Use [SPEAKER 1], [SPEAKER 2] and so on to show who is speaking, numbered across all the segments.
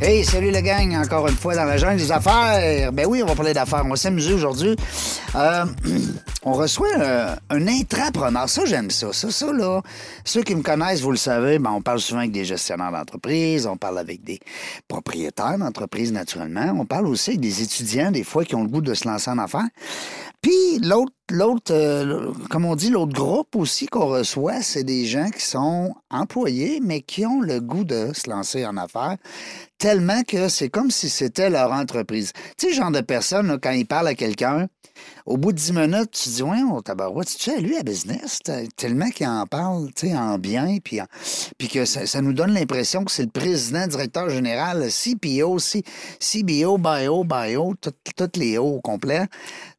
[SPEAKER 1] Hey, salut le gang, encore une fois dans la jungle des affaires. Ben oui, on va parler d'affaires, on va s'amuser aujourd'hui. Euh, on reçoit euh, un intrapreneur, ça j'aime ça, ça, ça là. Ceux qui me connaissent, vous le savez, ben, on parle souvent avec des gestionnaires d'entreprise, on parle avec des propriétaires d'entreprise naturellement, on parle aussi avec des étudiants des fois qui ont le goût de se lancer en affaires. Puis l'autre, l'autre, euh, comme on dit, l'autre groupe aussi qu'on reçoit, c'est des gens qui sont employés, mais qui ont le goût de se lancer en affaires, tellement que c'est comme si c'était leur entreprise. Tu sais, le genre de personne, là, quand il parle à quelqu'un, au bout de 10 minutes, tu dis, ouais, on tabarouette, tu sais, lui, à business, T'as- tellement qu'il en parle, tu sais, en bien, puis, en- puis que ça, ça nous donne l'impression que c'est le président, directeur général, le CPO, C- CBO, BIO, BIO, tout- toutes les O au complet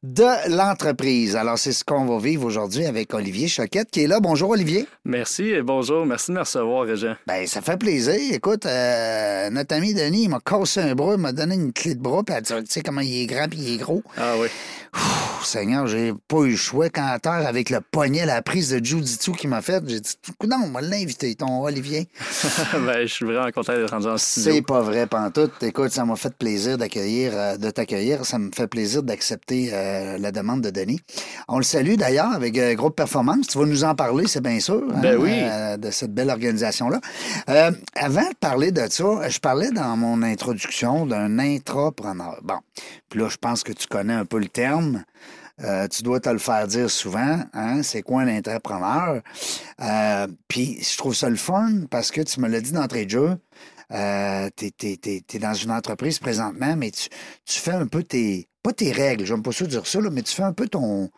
[SPEAKER 1] de l'entreprise. Alors, c'est ce qu'on va vivre aujourd'hui avec Olivier Choquette qui est là. Bonjour, Olivier.
[SPEAKER 2] Merci et bonjour. Merci de me recevoir, Régent.
[SPEAKER 1] Ben, ça fait plaisir. Écoute, euh, notre ami Denis, il m'a cassé un bras, il m'a donné une clé de bras, puis elle dit, tu sais comment il est grand, puis il est gros.
[SPEAKER 2] Ah oui.
[SPEAKER 1] Pff, Seigneur, j'ai pas eu le choix quand à terre avec le poignet, la prise de Jujitsu qu'il m'a faite. J'ai dit, non, on va l'inviter, ton Olivier.
[SPEAKER 2] ben, je suis vraiment content d'être rendu en studio.
[SPEAKER 1] C'est pas vrai, pantoute. Écoute, ça m'a fait plaisir d'accueillir, euh, de t'accueillir. Ça me fait plaisir d'accepter euh, la demande de Denis. On le salue d'ailleurs avec euh, Groupe Performance. Tu vas nous en parler, c'est bien sûr.
[SPEAKER 2] Ben oui.
[SPEAKER 1] euh, de cette belle organisation-là. Euh, avant de parler de ça, je parlais dans mon introduction d'un intrapreneur. Bon, puis là, je pense que tu connais un peu le terme. Euh, tu dois te le faire dire souvent, hein, c'est quoi un intrapreneur? Euh, Puis je trouve ça le fun parce que tu me l'as dit d'entrée de jeu, euh, t'es, t'es- t'es- t'es dans une entreprise présentement, mais tu, tu fais un peu tes. Pas tes règles, j'aime pas ça dire ça, là, mais tu fais un peu ton.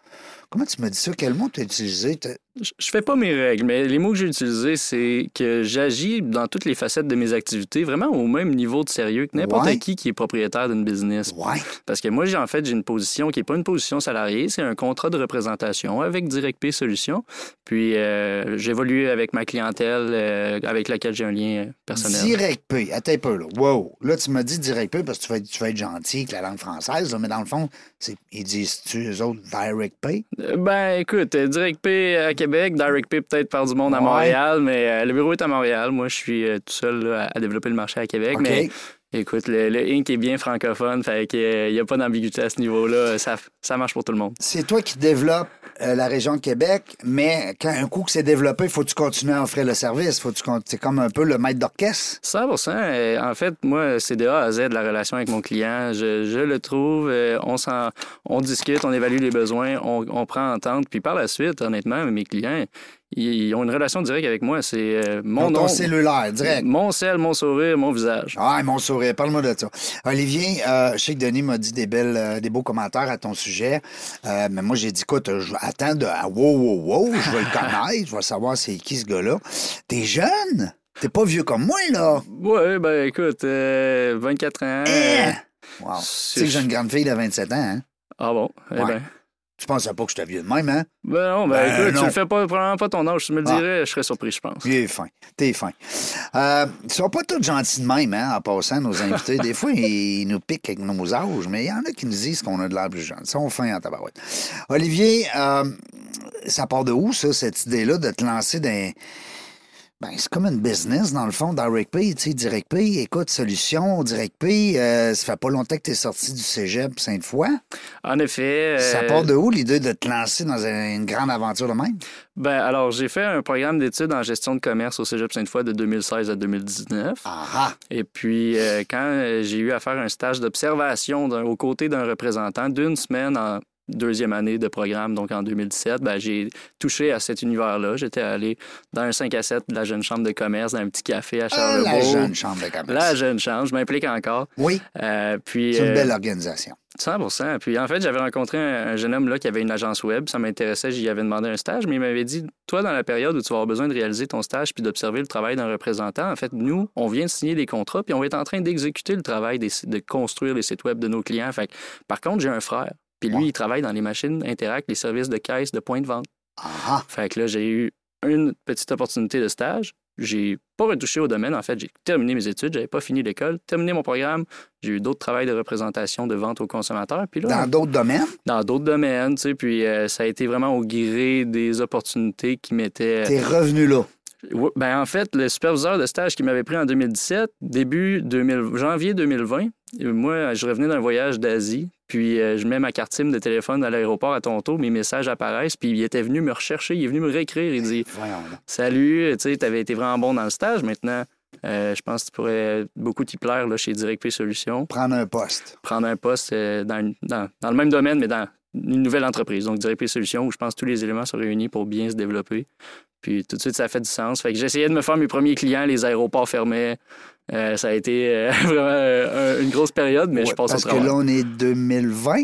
[SPEAKER 1] Comment tu me dis ça? Quel mot t'as utilisé? T'as-
[SPEAKER 2] Je je fais pas mes règles, mais les mots que j'ai utilisés, c'est que j'agis dans toutes les facettes de mes activités vraiment au même niveau de sérieux que n'importe
[SPEAKER 1] Ouais.
[SPEAKER 2] qui qui est propriétaire d'une business.
[SPEAKER 1] Ouais.
[SPEAKER 2] Parce que moi, j'ai en fait, j'ai une position qui n'est pas une position salariée, c'est un contrat de représentation avec DirectP Solutions. Puis, euh, j'évolue avec ma clientèle euh, avec laquelle j'ai un lien euh, personnel.
[SPEAKER 1] Direct P. Attends un peu, là. Wow. Là, tu m'as dit direct P parce que tu vas, être, tu vas être gentil avec la langue française, là, mais dans le fond, c'est, ils disent-tu, eux autres, direct P?
[SPEAKER 2] Euh, Ben, écoute, euh, DirectP à Québec, DirectP peut-être par du monde à
[SPEAKER 1] Ouais.
[SPEAKER 2] Montréal, mais euh, le bureau est à Montréal. Moi, je suis euh, tout seul là, à- à développer le marché à Québec.
[SPEAKER 1] OK.
[SPEAKER 2] Mais écoute, le, le Inc est bien francophone, fait qu'il n'y a pas d'ambiguïté à ce niveau-là. Ça, ça marche pour tout le monde.
[SPEAKER 1] C'est toi qui développes euh, la région de Québec, mais quand un coup que c'est développé, faut que tu continues à offrir le service. Faut que tu con- c'est comme un peu le maître d'orchestre.
[SPEAKER 2] 100 euh, En fait, moi, c'est de A à Z de la relation avec mon client. Je, je le trouve, euh, on, s'en, on discute, on évalue les besoins, on, on prend entente. Puis par la suite, honnêtement, mes clients, ils, ils ont une relation directe avec moi. C'est euh, mon
[SPEAKER 1] Dans ton
[SPEAKER 2] nom,
[SPEAKER 1] cellulaire, direct.
[SPEAKER 2] mon sel, mon sourire, mon visage.
[SPEAKER 1] Ah, mon sourire, parle-moi de ça. Olivier, euh, je sais que Denis m'a dit des, belles, euh, des beaux commentaires à ton sujet, euh, mais moi j'ai dit, écoute, je attends de... ah, wow, wow, wow, je vais le connaître, je vais savoir c'est qui ce gars-là. T'es jeune, t'es pas vieux comme moi, là.
[SPEAKER 2] Ouais, ben écoute, euh, 24 ans.
[SPEAKER 1] Eh!
[SPEAKER 2] euh,
[SPEAKER 1] Wow. Tu
[SPEAKER 2] c'est-
[SPEAKER 1] sais que j'ai une grande fille de 27 ans, hein?
[SPEAKER 2] Ah bon? Eh
[SPEAKER 1] Ouais.
[SPEAKER 2] ben.
[SPEAKER 1] Tu pensais pas que j'étais vieux de même, hein?
[SPEAKER 2] Ben non, ben,
[SPEAKER 1] Ben
[SPEAKER 2] écoute,
[SPEAKER 1] non.
[SPEAKER 2] tu le fais pas, probablement pas ton âge, tu me le
[SPEAKER 1] Ah.
[SPEAKER 2] dirais, je serais surpris, je pense.
[SPEAKER 1] Il est fin. T'es fin. Euh, ils sont pas tous gentils de même, hein, en passant, nos invités. Des fois, ils nous piquent avec nos âges, mais il y en a qui nous disent qu'on a de l'air plus jeune. Ils sont fins en tabarouette. Olivier, euh, ça part de où, ça, cette idée-là de te lancer dans... Ben, c'est comme une business, dans le fond, DirectPay, tu sais, DirectPay, écoute, solution, DirectPay, euh, ça fait pas longtemps que t'es sorti du cégep Sainte-Foy.
[SPEAKER 2] En effet.
[SPEAKER 1] Ça
[SPEAKER 2] euh,
[SPEAKER 1] part de où, l'idée de te lancer dans un- une grande aventure de même?
[SPEAKER 2] Ben alors, j'ai fait un programme d'études en gestion de commerce au Cégep Sainte-Foy de 2016 à 2019.
[SPEAKER 1] Ah ah!
[SPEAKER 2] Et puis, euh, quand euh, j'ai eu à faire un stage d'observation d'un- aux côtés d'un représentant d'une semaine en deuxième année de programme, donc en 2017, ben, j'ai touché à cet univers-là. J'étais allé dans un 5 à 7 de la jeune chambre de commerce, dans un petit café à
[SPEAKER 1] Ah,
[SPEAKER 2] Charlevoix.
[SPEAKER 1] la jeune chambre de commerce.
[SPEAKER 2] Euh, La jeune chambre, je m'implique encore.
[SPEAKER 1] Oui.
[SPEAKER 2] Euh, puis,
[SPEAKER 1] C'est une
[SPEAKER 2] euh,
[SPEAKER 1] belle organisation.
[SPEAKER 2] 100 Puis en fait, j'avais rencontré un, un jeune homme là qui avait une agence web. Ça m'intéressait, j'y avais demandé un stage, mais il m'avait dit Toi, dans la période où tu vas avoir besoin de réaliser ton stage puis d'observer le travail d'un représentant, en fait, nous, on vient de signer des contrats puis on est en train d'exécuter le travail, des- de construire les sites web de nos clients. Fait que, par contre, j'ai un frère. Puis lui,
[SPEAKER 1] Ouais.
[SPEAKER 2] il travaille dans les machines Interact, les services de caisse, de points de vente.
[SPEAKER 1] Ah, ah.
[SPEAKER 2] Fait que là, j'ai eu une petite opportunité de stage. J'ai pas retouché au domaine. En fait, j'ai terminé mes études, j'avais pas fini l'école, terminé mon programme. J'ai eu d'autres travails de représentation, de vente aux consommateurs. Puis là,
[SPEAKER 1] Dans d'autres domaines,
[SPEAKER 2] dans d'autres domaines, tu sais, puis euh, ça a été vraiment au gré des opportunités qui m'étaient...
[SPEAKER 1] t'es revenu là.
[SPEAKER 2] Ouais, Ben, en fait, le superviseur de stage qui m'avait pris en 2017, début 2000, janvier 2020, euh, moi, je revenais d'un voyage d'Asie, puis euh, je mets ma carte SIM de téléphone à l'aéroport à Toronto, mes messages apparaissent, puis il était venu me rechercher, il est venu me réécrire, il dit
[SPEAKER 1] Voyons là.
[SPEAKER 2] Salut, tu sais, t'avais été vraiment bon dans le stage, maintenant, euh, je pense que tu pourrais beaucoup t'y plaire là, chez Direct Pay Solutions,
[SPEAKER 1] Prendre un poste.
[SPEAKER 2] prendre un poste euh, dans, une- dans- dans le même domaine, mais dans une nouvelle entreprise. Donc, Direct Pay Solutions, où je pense que tous les éléments sont réunis pour bien se développer. Puis tout de suite, ça a fait du sens. Fait que j'essayais de me faire mes premiers clients, les aéroports fermaient. Euh, ça a été euh, vraiment euh, un- une grosse période, mais
[SPEAKER 1] Ouais,
[SPEAKER 2] je passe au
[SPEAKER 1] parce que
[SPEAKER 2] travail.
[SPEAKER 1] là, on est 2020.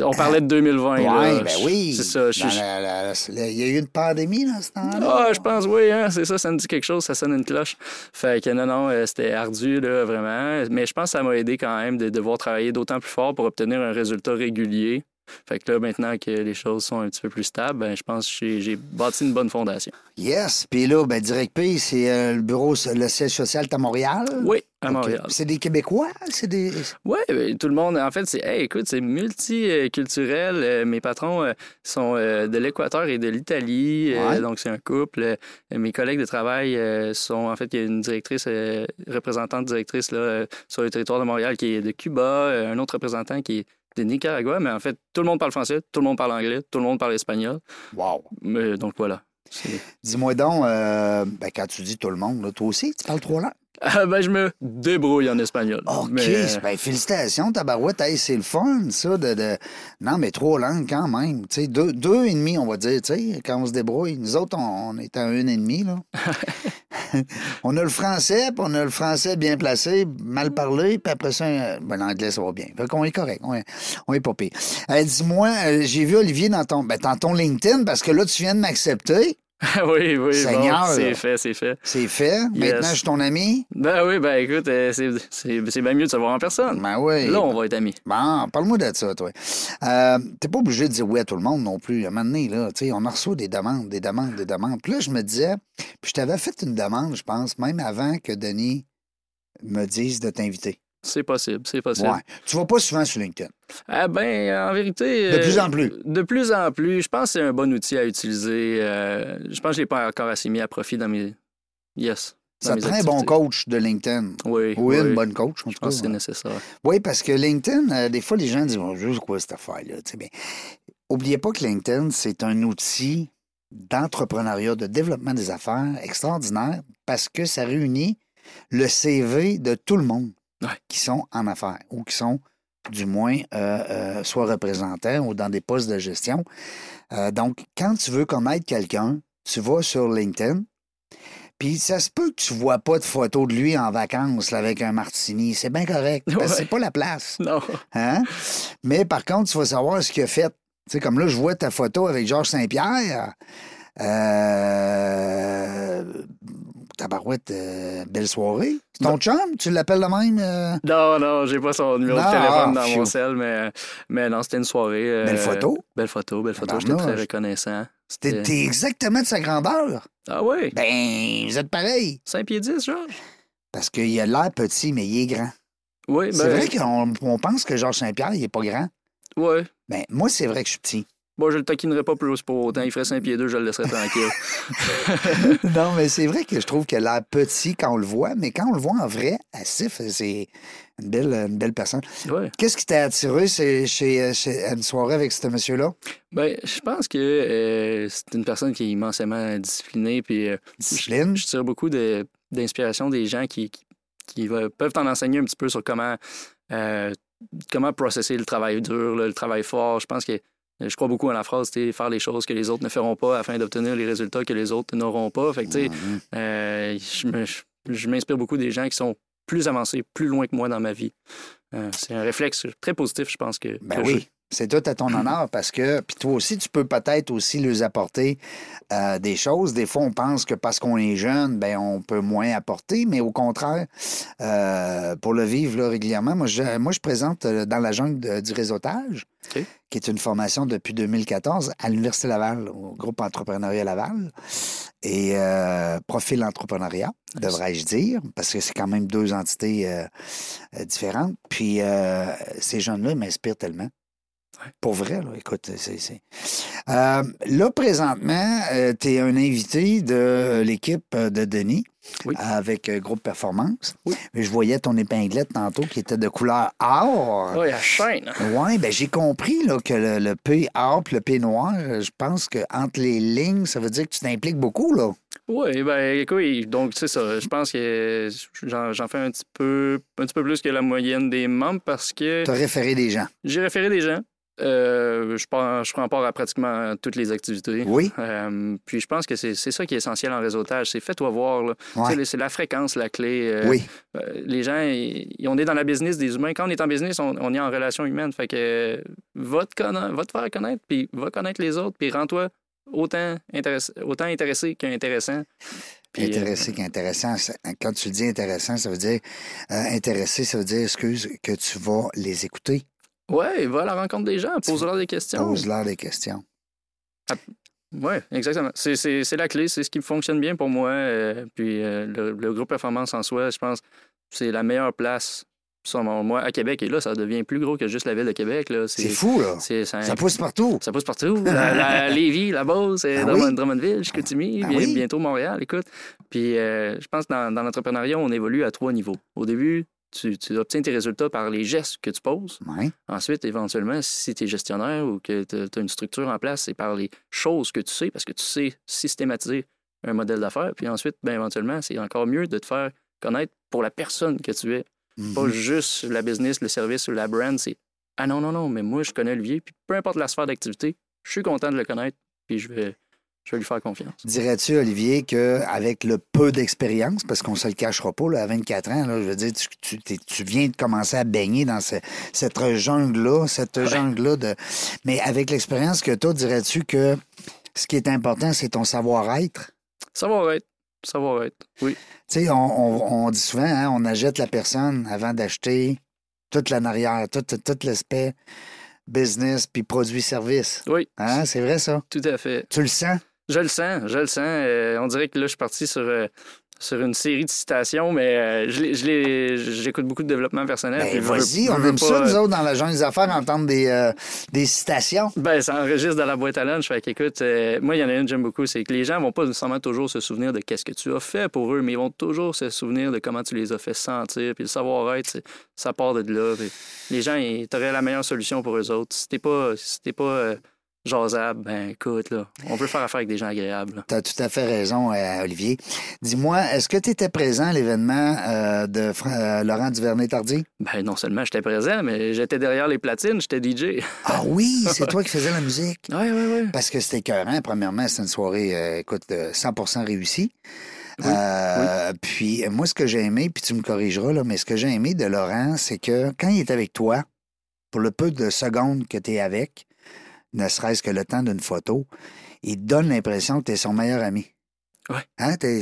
[SPEAKER 2] On parlait de 2020.
[SPEAKER 1] Oui,
[SPEAKER 2] là.
[SPEAKER 1] ben
[SPEAKER 2] Je-
[SPEAKER 1] oui.
[SPEAKER 2] C'est ça. Je,
[SPEAKER 1] Dans
[SPEAKER 2] je-
[SPEAKER 1] la- la- la- la- il y a eu une pandémie dans ce temps-là.
[SPEAKER 2] Ah, je pense, oui, hein, c'est ça, ça me dit quelque chose, ça sonne une cloche. Fait que non, non, euh, c'était ardu, là, vraiment. Mais je pense que ça m'a aidé quand même de devoir travailler d'autant plus fort pour obtenir un résultat régulier. Fait que là, maintenant que les choses sont un petit peu plus stables, ben, je pense que j'ai- j'ai bâti une bonne fondation.
[SPEAKER 1] Yes. Puis là, ben, Direct Pay, c'est euh, le bureau, le siège social est à Montréal.
[SPEAKER 2] Oui, à
[SPEAKER 1] Hmm. OK.
[SPEAKER 2] Montréal.
[SPEAKER 1] C'est des Québécois? C'est des.
[SPEAKER 2] Oui, tout le monde. En fait, c'est, hey, écoute, c'est multiculturel. Euh, Mes patrons euh, sont euh, de l'Équateur et de l'Italie, euh,
[SPEAKER 1] Ouais.
[SPEAKER 2] donc c'est un couple. Euh, Mes collègues de travail euh, sont, en fait, il y a une directrice, euh, représentante directrice là, euh, sur le territoire de Montréal qui est de Cuba, euh, un autre représentant qui est de Nicaragua, mais en fait, tout le monde parle français, tout le monde parle anglais, tout le monde parle espagnol.
[SPEAKER 1] Wow.
[SPEAKER 2] Mais, euh, donc voilà. C'est-
[SPEAKER 1] Dis-moi donc, euh, ben, quand tu dis tout le monde, là, toi aussi, tu parles trois langues.
[SPEAKER 2] Ah, ben, je me débrouille en espagnol.
[SPEAKER 1] OK.
[SPEAKER 2] Mais, euh,
[SPEAKER 1] Ben, félicitations, Tabarouette. Hey, c'est le fun, ça. De, de- Non, mais trois langues quand même. Tu sais, deux, deux et demi, on va dire, tu sais, quand on se débrouille. Nous autres, on, on est à une et demi, là. on a le français, puis on a le français bien placé, mal parlé, puis après ça, euh, ben, l'anglais, ça va bien. Fait qu'on est correct. On est, on est pas pire. Euh, Dis-moi, euh, j'ai vu Olivier dans ton, ben, dans ton LinkedIn, parce que là, tu viens de m'accepter.
[SPEAKER 2] oui, oui, bon,
[SPEAKER 1] Seigneur,
[SPEAKER 2] c'est
[SPEAKER 1] là.
[SPEAKER 2] fait, c'est fait.
[SPEAKER 1] C'est fait. Maintenant, je suis ton ami.
[SPEAKER 2] Ben oui, ben écoute, euh, c'est, c'est, c'est bien mieux de se voir en personne.
[SPEAKER 1] Ben oui.
[SPEAKER 2] Là, on va être amis.
[SPEAKER 1] Bon, Ben, parle-moi de ça, toi. Euh, T'es pas obligé de dire oui à tout le monde non plus. À un moment donné, là, tu sais, on en reçoit des demandes, des demandes, des demandes. Puis là, je me disais, puis je t'avais fait une demande, je pense, même avant que Denis me dise de t'inviter.
[SPEAKER 2] C'est possible, c'est possible.
[SPEAKER 1] Ouais. Tu vas pas souvent sur LinkedIn.
[SPEAKER 2] Ah ben, en vérité...
[SPEAKER 1] De
[SPEAKER 2] euh,
[SPEAKER 1] plus en plus.
[SPEAKER 2] De plus en plus. Je pense que c'est un bon outil à utiliser. euh, je pense que je l'ai pas encore assez mis à profit dans mes... Yes. dans
[SPEAKER 1] Ça
[SPEAKER 2] mes
[SPEAKER 1] prend un bon
[SPEAKER 2] activités.
[SPEAKER 1] coach de LinkedIn.
[SPEAKER 2] Oui,
[SPEAKER 1] Oui,
[SPEAKER 2] oui.
[SPEAKER 1] une bonne coach, en
[SPEAKER 2] Je
[SPEAKER 1] tout cas.
[SPEAKER 2] pense que c'est nécessaire.
[SPEAKER 1] Oui, parce que LinkedIn, euh, des fois, les gens disent Bonjour, c'est quoi cette affaire-là? Tu sais, mais oubliez pas que LinkedIn, c'est un outil d'entrepreneuriat, de développement des affaires extraordinaire parce que ça réunit le CV de tout le monde
[SPEAKER 2] Ouais.
[SPEAKER 1] qui sont en affaires ou qui sont du moins euh, euh, soit représentants ou dans des postes de gestion. Euh, donc, quand tu veux connaître quelqu'un, tu vas sur LinkedIn, puis ça se peut que tu vois pas de photo de lui en vacances là, avec un martini. C'est bien correct. Parce que
[SPEAKER 2] Ouais.
[SPEAKER 1] c'est pas la place.
[SPEAKER 2] Non.
[SPEAKER 1] Hein? Mais par contre, tu vas savoir ce qu'il a fait. Tu sais, comme là, je vois ta photo avec Georges Saint-Pierre. Euh... Tabarouette, euh, belle soirée. C'est ton chum? Tu l'appelles le même? euh,
[SPEAKER 2] Non, non, j'ai pas son numéro
[SPEAKER 1] Non,
[SPEAKER 2] de téléphone dans
[SPEAKER 1] phew.
[SPEAKER 2] mon cell, mais, mais non, c'était une soirée. euh,
[SPEAKER 1] Belle photo.
[SPEAKER 2] Belle photo, belle photo.
[SPEAKER 1] Ben,
[SPEAKER 2] J'étais
[SPEAKER 1] non,
[SPEAKER 2] très
[SPEAKER 1] je-
[SPEAKER 2] reconnaissant.
[SPEAKER 1] T'es
[SPEAKER 2] C'était...
[SPEAKER 1] t'es exactement de sa grandeur.
[SPEAKER 2] Ah oui?
[SPEAKER 1] Ben, vous êtes pareil.
[SPEAKER 2] 5 pieds 10, Georges?
[SPEAKER 1] Parce qu'il a l'air petit, mais il est grand.
[SPEAKER 2] Oui, ben...
[SPEAKER 1] C'est vrai qu'on on pense que Georges Saint-Pierre, il est pas grand.
[SPEAKER 2] Ouais.
[SPEAKER 1] Ben, moi, c'est vrai que je suis petit.
[SPEAKER 2] Bon, je le taquinerais pas plus pour autant. Il ferait 5 pieds 2, je le laisserais tranquille.
[SPEAKER 1] Non, mais c'est vrai que je trouve qu'elle a l'air petit quand on le voit, mais quand on le voit en vrai, Asif, c'est une belle, une belle personne.
[SPEAKER 2] ouais.
[SPEAKER 1] Qu'est-ce qui t'a attiré chez, chez- chez- à une soirée avec ce monsieur-là?
[SPEAKER 2] Ben, je pense que euh, c'est une personne qui est immensément disciplinée. Puis, euh,
[SPEAKER 1] Discipline?
[SPEAKER 2] je tire beaucoup de- d'inspiration des gens qui, qui, qui va- peuvent t'en enseigner un petit peu sur comment, euh, comment processer le travail dur, là, le travail fort. Je pense que euh, je crois beaucoup à la phrase, tu sais, faire les choses que les autres ne feront pas afin d'obtenir les résultats que les autres n'auront pas. Fait que, tu sais,
[SPEAKER 1] Mhm.
[SPEAKER 2] euh, je me- je- je m'inspire beaucoup des gens qui sont plus avancés, plus loin que moi dans ma vie. Euh, c'est un réflexe très positif, je pense que.
[SPEAKER 1] Ben
[SPEAKER 2] que
[SPEAKER 1] oui. C'est tout à ton honneur parce que, puis toi aussi, tu peux peut-être aussi leur apporter euh, des choses. Des fois, on pense que parce qu'on est jeune, ben on peut moins apporter, mais au contraire, euh, pour le vivre là, régulièrement, moi je, moi, je présente euh, dans la jungle de- du réseautage,
[SPEAKER 2] OK.
[SPEAKER 1] qui est une formation depuis 2014 à l'Université Laval, au groupe entrepreneuriat Laval, et euh, profil entrepreneuriat, devrais-je dire, parce que c'est quand même deux entités euh, euh, différentes. Puis euh, ces jeunes-là m'inspirent tellement. Pour vrai, là, écoute, c'est. c'est- Euh, là, présentement, tu es un invité de euh, l'équipe euh, de Denis
[SPEAKER 2] Oui.
[SPEAKER 1] avec euh, Groupe Performance.
[SPEAKER 2] Oui.
[SPEAKER 1] Mais je voyais ton épinglette tantôt qui était de couleur or.
[SPEAKER 2] Oui, à chaîne. hein.
[SPEAKER 1] Oui, ben j'ai compris là, que le, le P or puis le P noir, euh, je pense que entre les lignes, ça veut dire que tu t'impliques beaucoup, là.
[SPEAKER 2] Oui, ben écoute, donc c'est ça. Je pense que j'en j'en fais un petit peu un petit peu plus que la moyenne des membres parce que
[SPEAKER 1] Tu as référé des gens.
[SPEAKER 2] j'ai référé des gens. Euh, je, prends, je prends part à pratiquement toutes les activités.
[SPEAKER 1] Oui.
[SPEAKER 2] Euh, puis je pense que c'est c'est ça qui est essentiel en réseautage. C'est fais-toi voir. là.
[SPEAKER 1] Ouais.
[SPEAKER 2] Tu sais, C'est la fréquence la clé. Euh,
[SPEAKER 1] Oui.
[SPEAKER 2] euh, les gens, ils- ils- on est dans la business des humains. Quand on est en business, on, on est en relation humaine. Fait que euh, va te, conna- va te faire connaître, puis va connaître les autres, puis rends-toi autant, intéress- autant intéressé qu'intéressant. Puis, euh,
[SPEAKER 1] intéressé qu'intéressant. ça- Quand tu dis intéressant, ça veut dire euh, intéressé, ça veut dire, excuse, que tu vas les écouter.
[SPEAKER 2] euh, ouais, va à la rencontre des gens, pose-leur des questions.
[SPEAKER 1] Pose-leur des questions.
[SPEAKER 2] Oui, exactement. C'est- C'est c'est la clé, c'est ce qui fonctionne bien pour moi. euh, puis euh, le, le groupe performance en soi, je pense, c'est la meilleure place, selon moi, à Québec. Et là, ça devient plus gros que juste la ville de Québec. là.
[SPEAKER 1] C'est fou, là.
[SPEAKER 2] c'est- ça-
[SPEAKER 1] Ça pousse partout.
[SPEAKER 2] Ça pousse partout. La, la Lévis, la Beauce,
[SPEAKER 1] Ah
[SPEAKER 2] Drummond-
[SPEAKER 1] oui.
[SPEAKER 2] Drummondville, Chicoutimi,
[SPEAKER 1] Ah
[SPEAKER 2] bien-
[SPEAKER 1] oui.
[SPEAKER 2] bientôt Montréal, écoute. Puis euh, je pense que dans, dans l'entrepreneuriat, on évolue à trois niveaux. Au début, tu, tu obtiens tes résultats par les gestes que tu poses.
[SPEAKER 1] Ouais.
[SPEAKER 2] Ensuite, éventuellement, si tu es gestionnaire ou que tu as une structure en place, c'est par les choses que tu sais, parce que tu sais systématiser un modèle d'affaires. Puis ensuite, ben, éventuellement, c'est encore mieux de te faire connaître pour la personne que tu es
[SPEAKER 1] Mhm.
[SPEAKER 2] pas juste la business, le service ou la brand, c'est Ah non, non, non, mais moi, je connais Olivier, puis peu importe la sphère d'activité, je suis content de le connaître, puis je vais, je vais lui faire confiance.
[SPEAKER 1] Dirais-tu, Olivier, qu'avec le peu d'expérience, parce qu'on se le cachera pas, là, à 24 ans, là, je veux dire, tu, tu- t'es- tu viens de commencer à baigner dans ce- cette jungle-là, cette jungle-là de. Mais avec l'expérience que tu as, dirais-tu que ce qui est important, c'est ton savoir-être?
[SPEAKER 2] Ça va être. Ça va être. Oui.
[SPEAKER 1] Tu sais, on, on- on dit souvent, hein, on achète la personne avant d'acheter toute la arrière, tout, tout, tout l'aspect business puis produit-service.
[SPEAKER 2] Oui,
[SPEAKER 1] Hein, c'est vrai, ça?
[SPEAKER 2] tout à fait.
[SPEAKER 1] Tu le sens?
[SPEAKER 2] Je le sens, je le sens. Euh, on dirait que là, je suis parti sur, euh, sur une série de citations, mais euh, je l'ai- je l'ai- j'écoute beaucoup de développement personnel.
[SPEAKER 1] Ben,
[SPEAKER 2] puis je veux-
[SPEAKER 1] vas-y,
[SPEAKER 2] je
[SPEAKER 1] on
[SPEAKER 2] veux
[SPEAKER 1] aime ça,
[SPEAKER 2] pas- euh,
[SPEAKER 1] nous autres, dans la jungle des affaires, entendre des, euh, des citations.
[SPEAKER 2] Ben, ça enregistre dans la boîte à lunch. Fait qu'écoute, euh, moi, il y en a une que j'aime beaucoup, c'est que les gens vont pas nécessairement toujours se souvenir de qu'est-ce que tu as fait pour eux, mais ils vont toujours se souvenir de comment tu les as fait sentir. Puis le savoir-être, c'est- ça part de là. Puis les gens, ils- t'aurais la meilleure solution pour eux autres. Si t'es pas, si t'es pas euh, jasable, ben écoute, là, on peut faire affaire avec des gens agréables. là.
[SPEAKER 1] Tu as tout à fait raison, euh, Olivier. Dis-moi, est-ce que tu étais présent à l'événement euh, de Fra- euh, Laurent Duvernay-Tardy?
[SPEAKER 2] Ben, non seulement j'étais présent, mais j'étais derrière les platines, j'étais DJ.
[SPEAKER 1] Ah oui, c'est toi qui faisais la musique.
[SPEAKER 2] Ouais, ouais, ouais.
[SPEAKER 1] Parce que c'était écœurant. Premièrement, c'était une soirée, euh, écoute, euh, 100 réussie.
[SPEAKER 2] Oui,
[SPEAKER 1] Euh, Puis euh, moi, ce que j'ai aimé, puis tu me corrigeras, là, mais ce que j'ai aimé de Laurent, c'est que quand il est avec toi, pour le peu de secondes que tu es avec, ne serait-ce que le temps d'une photo, il te donne l'impression que tu es son meilleur ami.
[SPEAKER 2] Ouais.
[SPEAKER 1] Hein? T'es-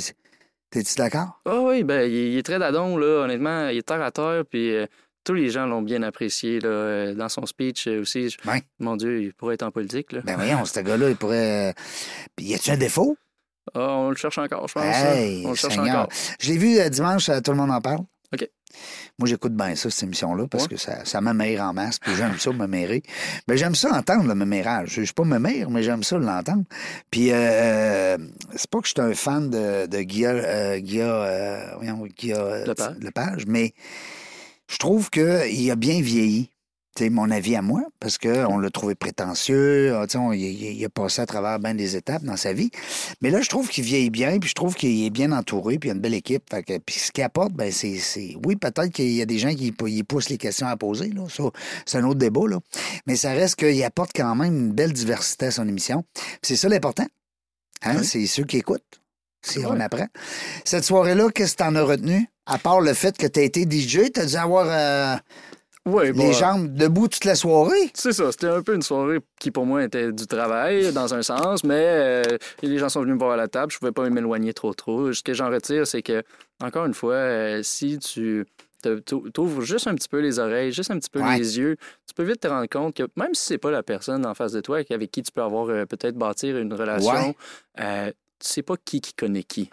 [SPEAKER 1] T'es-tu d'accord?
[SPEAKER 2] Ah oui, ben, il, il est très dadon, là, honnêtement. Il est terre à terre, puis euh, tous les gens l'ont bien apprécié, là, euh, dans son speech euh, aussi. Je-
[SPEAKER 1] Ouais.
[SPEAKER 2] Mon Dieu, il pourrait être en politique, là.
[SPEAKER 1] Ben voyons, ce gars-là, il pourrait. euh, Puis y a-tu un défaut?
[SPEAKER 2] Ah, on le cherche encore, je pense. hein.
[SPEAKER 1] Hey,
[SPEAKER 2] on le cherche
[SPEAKER 1] Seigneur.
[SPEAKER 2] encore.
[SPEAKER 1] Je l'ai vu euh, dimanche, euh, tout le monde en parle.
[SPEAKER 2] OK.
[SPEAKER 1] Moi, j'écoute bien ça, cette émission-là, parce
[SPEAKER 2] Ouais.
[SPEAKER 1] que ça, ça m'amère en masse, puis j'aime ça m'amérer. Mais j'aime ça entendre le mamérage. Je suis pas mamère, mais j'aime ça l'entendre. Puis, euh, euh, c'est pas que je suis un fan de, de Guilla, euh, Guilla, euh, voyons, Guilla, euh,
[SPEAKER 2] Lepage.
[SPEAKER 1] Lepage, mais je trouve qu'il a bien vieilli. C'est mon avis à moi, parce qu'on l'a trouvé prétentieux, ah, tu sais, on- il, il- il a passé à travers bien des étapes dans sa vie. Mais là, je trouve qu'il vieillit bien, puis je trouve qu'il est bien entouré, puis il a une belle équipe. Fait que- puis ce qu'il apporte, ben c'est, c'est- Oui, peut-être qu'il y a des gens qui pou- ils poussent les questions à poser, là. Ça, c'est un autre débat, là. Mais ça reste qu'il apporte quand même une belle diversité à son émission. Puis c'est ça l'important. Hein?
[SPEAKER 2] Oui.
[SPEAKER 1] C'est ceux qui écoutent. Si
[SPEAKER 2] Ouais.
[SPEAKER 1] on apprend. Cette soirée-là, qu'est-ce que t'en as retenu? À part le fait que t'as été DJ, t'as dû avoir euh,
[SPEAKER 2] Oui,
[SPEAKER 1] les jambes debout toute la soirée.
[SPEAKER 2] C'est ça, c'était un peu une soirée qui pour moi était du travail dans un sens, mais euh, les gens sont venus me voir à la table, je pouvais pas m'éloigner trop trop. Ce que j'en retire, c'est que, encore une fois, euh, si tu te- t'ou- t'ouvres juste un petit peu les oreilles, juste un petit peu
[SPEAKER 1] Ouais.
[SPEAKER 2] les yeux, tu peux vite te rendre compte que même si c'est pas la personne en face de toi avec qui tu peux avoir euh, peut-être bâtir une relation,
[SPEAKER 1] Ouais.
[SPEAKER 2] euh, tu sais pas qui qui connaît qui.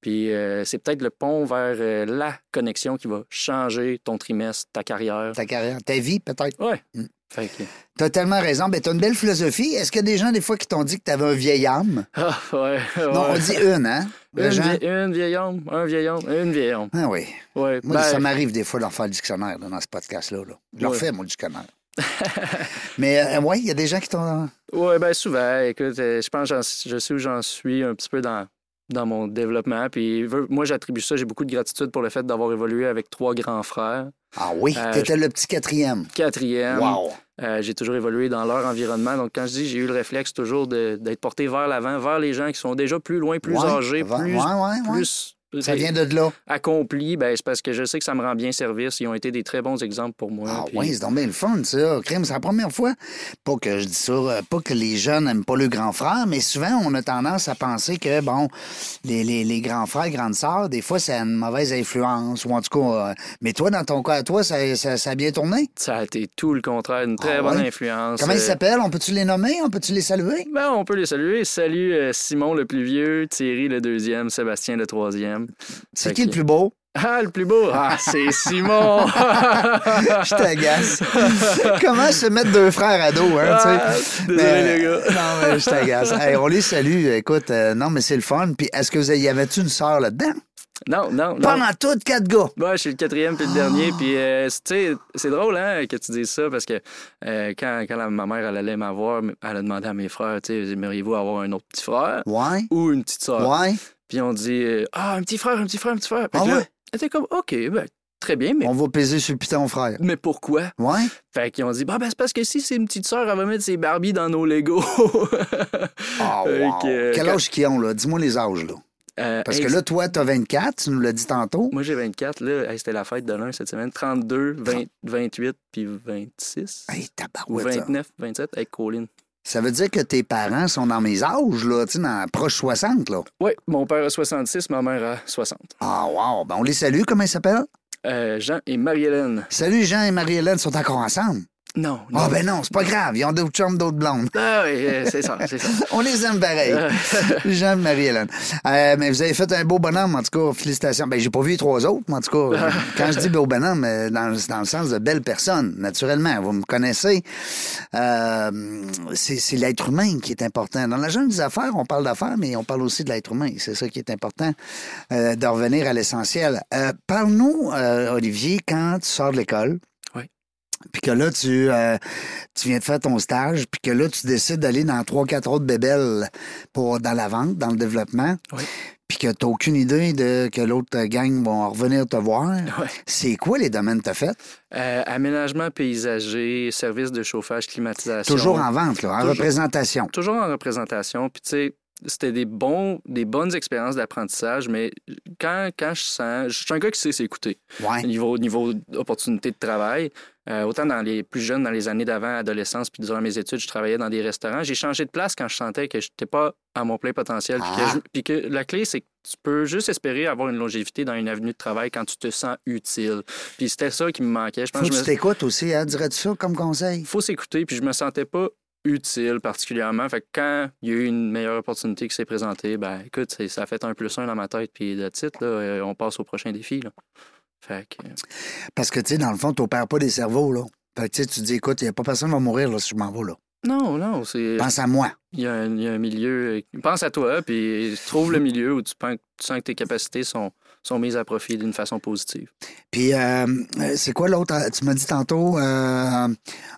[SPEAKER 2] Puis euh, c'est peut-être le pont vers euh, la connexion qui va changer ton trimestre, ta carrière.
[SPEAKER 1] Ta carrière, ta vie, peut-être.
[SPEAKER 2] Ouais.
[SPEAKER 1] Mm.
[SPEAKER 2] Fait que-
[SPEAKER 1] T'as tellement raison. Ben, t'as une belle philosophie. Est-ce qu'il y a des gens, des fois, qui t'ont dit que t'avais un vieil âme?
[SPEAKER 2] Ah, ouais.
[SPEAKER 1] Non,
[SPEAKER 2] ouais.
[SPEAKER 1] on dit une, hein? Les
[SPEAKER 2] Une,
[SPEAKER 1] gens-
[SPEAKER 2] vie- une vieille homme, un vieil homme, une vieille homme.
[SPEAKER 1] Ah oui.
[SPEAKER 2] Ouais.
[SPEAKER 1] Moi,
[SPEAKER 2] ben,
[SPEAKER 1] ça m'arrive des fois d'en faire le dictionnaire là, dans ce podcast-là. là. Je leur
[SPEAKER 2] Ouais.
[SPEAKER 1] fais, mon dictionnaire. Mais euh, oui, il y a des gens qui t'ont.
[SPEAKER 2] ouais, ben souvent, écoute, euh, je pense que j'en- je sais où j'en suis un petit peu dans, dans mon développement. Puis veux- moi, j'attribue ça, j'ai beaucoup de gratitude pour le fait d'avoir évolué avec trois grands frères.
[SPEAKER 1] Ah oui,
[SPEAKER 2] Euh,
[SPEAKER 1] t'étais le petit quatrième.
[SPEAKER 2] Quatrième,
[SPEAKER 1] Wow.
[SPEAKER 2] euh, j'ai toujours évolué dans leur environnement. Donc, quand je dis, j'ai eu le réflexe toujours de- d'être porté vers l'avant, vers les gens qui sont déjà plus loin, plus
[SPEAKER 1] Ouais,
[SPEAKER 2] âgés,
[SPEAKER 1] va-
[SPEAKER 2] plus,
[SPEAKER 1] ouais, ouais, ouais.
[SPEAKER 2] plus euh,
[SPEAKER 1] Ça vient de là.
[SPEAKER 2] accomplis. Ben, c'est parce que je sais que ça me rend bien service. Ils ont été des très bons exemples pour moi.
[SPEAKER 1] Ah
[SPEAKER 2] puis-
[SPEAKER 1] oui, c'est donc bien le fun, ça. Crime, c'est la première fois. Pas que je dis ça, euh, pas que les jeunes n'aiment pas le grand frère, mais souvent, on a tendance à penser que, bon, les, les- les grands frères, grandes sœurs, des fois, ça a une mauvaise influence, ou en tout cas... euh, mais toi, dans ton cas, à toi, ça, ça- ça a bien tourné?
[SPEAKER 2] Ça a été tout le contraire, une très
[SPEAKER 1] Ah
[SPEAKER 2] bonne
[SPEAKER 1] ouais?
[SPEAKER 2] influence.
[SPEAKER 1] Comment ils
[SPEAKER 2] Euh,
[SPEAKER 1] s'appellent? On peut-tu les nommer? On peut-tu les saluer?
[SPEAKER 2] ben, on peut les saluer. Salut euh, Simon le plus vieux, Thierry le deuxième, Sébastien le troisième.
[SPEAKER 1] C'est
[SPEAKER 2] Fait
[SPEAKER 1] qui
[SPEAKER 2] que-
[SPEAKER 1] le plus beau?
[SPEAKER 2] Ah, le plus beau! Ah, c'est Simon!
[SPEAKER 1] Je t'agace. Comment se mettre deux frères à dos, hein,
[SPEAKER 2] Ah,
[SPEAKER 1] tu sais?
[SPEAKER 2] désolé,
[SPEAKER 1] Mais- euh,
[SPEAKER 2] les gars.
[SPEAKER 1] Non, mais je t'agace. Hey, on les salue. Écoute, euh, non, mais c'est le fun. Puis, est-ce que vous avez, y avait-tu une sœur là-dedans?
[SPEAKER 2] non, non, non.
[SPEAKER 1] Pendant tout, quatre gars.
[SPEAKER 2] Moi, je suis le quatrième puis le
[SPEAKER 1] Ah.
[SPEAKER 2] dernier. Puis, euh, tu sais, c'est drôle hein, que tu dises ça parce que euh, quand, quand la- ma mère elle allait m'avoir, elle a demandé à mes frères, tu sais, aimeriez-vous avoir un autre petit frère
[SPEAKER 1] Ouais.
[SPEAKER 2] ou une petite soeur?
[SPEAKER 1] Ouais.
[SPEAKER 2] Puis on dit, euh, ah, un petit frère, un petit frère, un petit frère. Fait
[SPEAKER 1] Ah
[SPEAKER 2] que là,
[SPEAKER 1] ouais?
[SPEAKER 2] elle était comme, OK, ben, très bien, mais,
[SPEAKER 1] On va peser sur le piton, frère.
[SPEAKER 2] mais pourquoi?
[SPEAKER 1] Ouais.
[SPEAKER 2] Fait qu'ils ont dit, bah, ben, c'est parce que si c'est une petite sœur, elle va mettre ses Barbies dans nos Legos.
[SPEAKER 1] Ah,
[SPEAKER 2] Fait
[SPEAKER 1] wow.
[SPEAKER 2] que, euh,
[SPEAKER 1] Quel
[SPEAKER 2] quand-
[SPEAKER 1] âge qu'ils ont, là? Dis-moi les âges, là.
[SPEAKER 2] Euh,
[SPEAKER 1] Parce
[SPEAKER 2] hey,
[SPEAKER 1] que là, toi, t'as 24, tu nous l'as dit tantôt.
[SPEAKER 2] Moi, j'ai 24, là. Hey, C'était la fête de l'un cette semaine. 32, 20, 28, puis 26.
[SPEAKER 1] Hey,
[SPEAKER 2] Ou
[SPEAKER 1] tabarouette, ça.
[SPEAKER 2] 29, 27, avec Colin.
[SPEAKER 1] Ça veut dire que tes parents sont dans mes âges, là, tu sais, dans proche 60, là.
[SPEAKER 2] Oui, mon père a 66, ma mère a 60.
[SPEAKER 1] Ah, wow. Ben, on les salue. Comment ils s'appellent?
[SPEAKER 2] Euh, Jean et Marie-Hélène.
[SPEAKER 1] Salut, Jean et Marie-Hélène sont encore ensemble.
[SPEAKER 2] Non, non.
[SPEAKER 1] Ah, ben non, c'est pas grave. Ils ont d'autres chums, d'autres blondes.
[SPEAKER 2] Ah oui, euh, c'est ça, c'est ça.
[SPEAKER 1] On les aime pareil.
[SPEAKER 2] Euh,
[SPEAKER 1] Jean et Marie-Hélène. Euh, mais vous avez fait un beau bonhomme, en tout cas. Félicitations. Ben, j'ai pas vu les trois autres, mais en tout cas, euh, quand je dis beau bonhomme, euh, dans, dans le sens de belle personne, naturellement. Vous me connaissez. Euh, c'est c'est l'être humain qui est important. Dans la jungle des affaires, on parle d'affaires, mais on parle aussi de l'être humain. C'est ça qui est important, euh, de revenir à l'essentiel. Euh, Parle-nous, euh, Olivier, quand tu sors de l'école, puis que là, tu, euh, tu viens de faire ton stage, puis que là, tu décides d'aller dans trois, quatre autres bébelles pour, dans la vente, dans le développement,
[SPEAKER 2] Oui.
[SPEAKER 1] puis que tu n'as aucune idée de que l'autre gang vont revenir te voir.
[SPEAKER 2] Ouais.
[SPEAKER 1] C'est quoi les domaines que tu as fait?
[SPEAKER 2] Euh, aménagement paysager, service de chauffage, climatisation.
[SPEAKER 1] Toujours en vente, là, en
[SPEAKER 2] Toujours.
[SPEAKER 1] représentation.
[SPEAKER 2] toujours en représentation. Puis, tu sais, c'était des, bons, des bonnes expériences d'apprentissage, mais quand, quand je sens. Je suis un gars qui sait s'écouter.
[SPEAKER 1] Ouais.
[SPEAKER 2] Niveau, niveau opportunité de travail, euh, autant dans les plus jeunes, dans les années d'avant, adolescence, puis durant mes études, je travaillais dans des restaurants. J'ai changé de place quand je sentais que je n'étais pas à mon plein potentiel. puis que
[SPEAKER 1] Ah.
[SPEAKER 2] je- Puis que, la clé, c'est que tu peux juste espérer avoir une longévité dans une avenue de travail quand tu te sens utile. Puis c'était ça qui me manquait. Je pense
[SPEAKER 1] Faut
[SPEAKER 2] que
[SPEAKER 1] que
[SPEAKER 2] je
[SPEAKER 1] tu
[SPEAKER 2] me-
[SPEAKER 1] t'écoutes aussi, hein, dirais-tu ça comme conseil?
[SPEAKER 2] faut s'écouter, puis je me sentais pas utile particulièrement. Fait que quand il y a eu une meilleure opportunité qui s'est présentée, ben écoute, c'est- ça a fait un plus un dans ma tête, puis de titre, là, euh, on passe au prochain défi. Là. Fait que, euh,
[SPEAKER 1] Parce que, tu sais, dans le fond, tu pas des cerveaux, là. Fait que, tu sais, tu te dis, écoute, il a pas personne qui va mourir là, si je m'en vais, là.
[SPEAKER 2] non, non, c'est.
[SPEAKER 1] Pense à moi.
[SPEAKER 2] Il y, a un il y a un milieu. euh, Pense à toi, puis trouve le milieu où tu, pen- tu sens que tes capacités sont, sont mises à profit d'une façon positive.
[SPEAKER 1] Puis, euh, euh, c'est quoi l'autre? euh, Tu m'as dit tantôt, euh,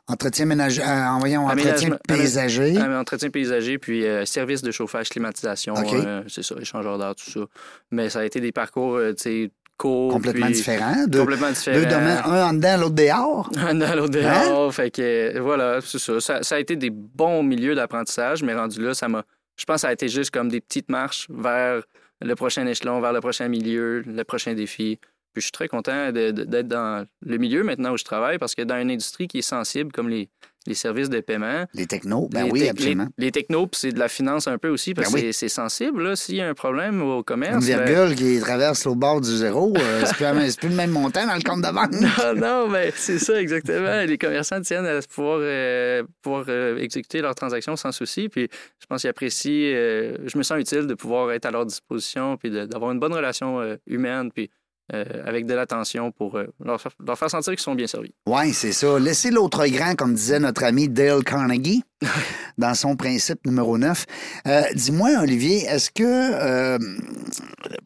[SPEAKER 1] entretien ménager, euh, en voyant, entretien
[SPEAKER 2] Aménagement-
[SPEAKER 1] paysager.
[SPEAKER 2] Ah, mais entretien paysager, puis euh, service de chauffage, climatisation,
[SPEAKER 1] OK.
[SPEAKER 2] euh, c'est ça, échangeur d'air, tout ça. Mais ça a été des parcours, euh, tu sais, courts.
[SPEAKER 1] Complètement
[SPEAKER 2] puis-
[SPEAKER 1] différent. Deux,
[SPEAKER 2] Complètement différents.
[SPEAKER 1] deux domaines, un en dedans, l'autre dehors.
[SPEAKER 2] Un dans l'autre
[SPEAKER 1] Hein?
[SPEAKER 2] dehors. Fait que euh, voilà, c'est ça. ça. ça a été des bons milieux d'apprentissage, mais rendu là, ça m'a. Je pense que ça a été juste comme des petites marches vers le prochain échelon, vers le prochain milieu, le prochain défi. Puis je suis très content de- de- d'être dans le milieu maintenant où je travaille parce que dans une industrie qui est sensible comme les, les services de paiement,
[SPEAKER 1] Les technos, ben
[SPEAKER 2] les
[SPEAKER 1] oui,
[SPEAKER 2] tec-
[SPEAKER 1] absolument.
[SPEAKER 2] Les, les technos, puis c'est de la finance un peu aussi, parce
[SPEAKER 1] Ben
[SPEAKER 2] que
[SPEAKER 1] oui.
[SPEAKER 2] c'est- c'est sensible. là. S'il y a un problème au
[SPEAKER 1] Une
[SPEAKER 2] commerce. ben-
[SPEAKER 1] virgule qui traverse au bord du zéro, euh, c'est plus, la même- c'est plus le même montant dans le compte de banque.
[SPEAKER 2] Ah non, mais c'est ça, exactement. Les commerçants tiennent à pouvoir, euh, pouvoir euh, exécuter leurs transactions sans souci. Puis je pense qu'ils apprécient, euh, je me sens utile de pouvoir être à leur disposition, puis de- d'avoir une bonne relation euh, humaine, puis euh, avec de l'attention pour euh, leur, faire, leur faire sentir qu'ils sont bien servis.
[SPEAKER 1] Oui, c'est ça. Laissez l'autre grand, comme disait notre ami Dale Carnegie dans son principe numéro 9. Euh, Dis-moi, Olivier, est-ce que euh,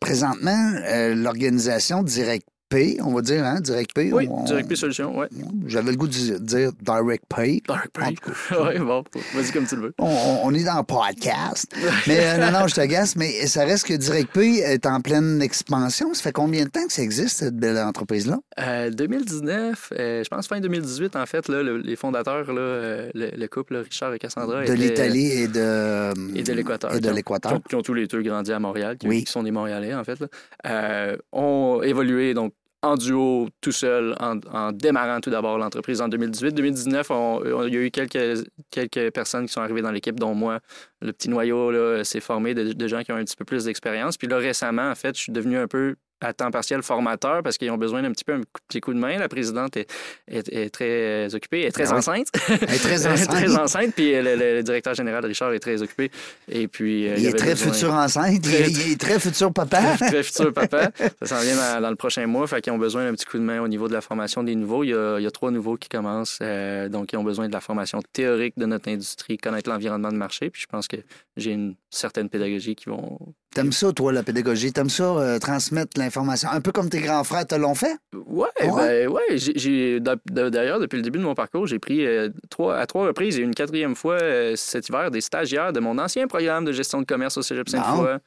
[SPEAKER 1] présentement, euh, l'organisation Direct Pay, on va dire, hein, Direct Pay,
[SPEAKER 2] Oui,
[SPEAKER 1] on-
[SPEAKER 2] Direct Pay Solution, oui.
[SPEAKER 1] j'avais le goût de dire Direct Pay.
[SPEAKER 2] Direct
[SPEAKER 1] En
[SPEAKER 2] Pay.
[SPEAKER 1] tout
[SPEAKER 2] oui, bon, vas-y comme tu le veux.
[SPEAKER 1] On, on- on est dans le podcast. Mais euh, non, non, je te gasse, mais ça reste que Direct Pay est en pleine expansion. Ça fait combien de temps que ça existe, cette belle entreprise-là?
[SPEAKER 2] Euh, 2019, euh, je pense fin 2018, en fait, là, le- les fondateurs, là, euh, le, le couple là, Richard et
[SPEAKER 1] De
[SPEAKER 2] Cassandra. étaient-
[SPEAKER 1] l'Italie et de...
[SPEAKER 2] et de l'Équateur.
[SPEAKER 1] Et de
[SPEAKER 2] qui ont-
[SPEAKER 1] l'Équateur.
[SPEAKER 2] Qui, ont- qui ont tous les deux grandi à Montréal, qui,
[SPEAKER 1] Oui.
[SPEAKER 2] qui sont des Montréalais, en fait, là, euh, ont évolué donc en duo, tout seul, en, en démarrant tout d'abord l'entreprise en 2018. 2019, on- on- il y a eu quelques, quelques personnes qui sont arrivées dans l'équipe, dont moi. Le petit noyau là, s'est formé de, de gens qui ont un petit peu plus d'expérience. Puis là, récemment, en fait, je suis devenu un peu à temps partiel formateur parce qu'ils ont besoin d'un petit peu un coup- petit coup de main. La présidente est, est- est très occupée, est très
[SPEAKER 1] Ah oui.
[SPEAKER 2] enceinte.
[SPEAKER 1] Elle est très
[SPEAKER 2] Elle est
[SPEAKER 1] enceinte.
[SPEAKER 2] Euh, très enceinte, puis euh, le, le directeur général Richard est très occupé. Et puis, euh,
[SPEAKER 1] Il
[SPEAKER 2] y
[SPEAKER 1] est
[SPEAKER 2] avait
[SPEAKER 1] très
[SPEAKER 2] besoin-
[SPEAKER 1] futur enceinte.
[SPEAKER 2] Très-
[SPEAKER 1] Il, il est très futur papa.
[SPEAKER 2] Très futur papa. Ça s'en vient dans, dans le prochain mois. Fait qu'ils ont besoin d'un petit coup de main au niveau de la formation des nouveaux. Il y a, il y a trois nouveaux qui commencent. euh, donc, ils ont besoin de la formation théorique de notre industrie, connaître l'environnement de marché. Puis, je pense que j'ai une certaine pédagogie qui vont.
[SPEAKER 1] T'aimes ça, toi, la pédagogie? T'aimes ça, euh, transmettre l'information? Un peu comme tes grands frères te l'ont fait?
[SPEAKER 2] Ouais,
[SPEAKER 1] Ouais.
[SPEAKER 2] ben, ouais. J'ai- j'ai- d'a- d'a- D'ailleurs, depuis le début de mon parcours, j'ai pris euh, trois, à trois reprises et une quatrième fois euh, cet hiver des stagiaires de mon ancien programme de gestion de commerce au Cégep Sainte-Foy.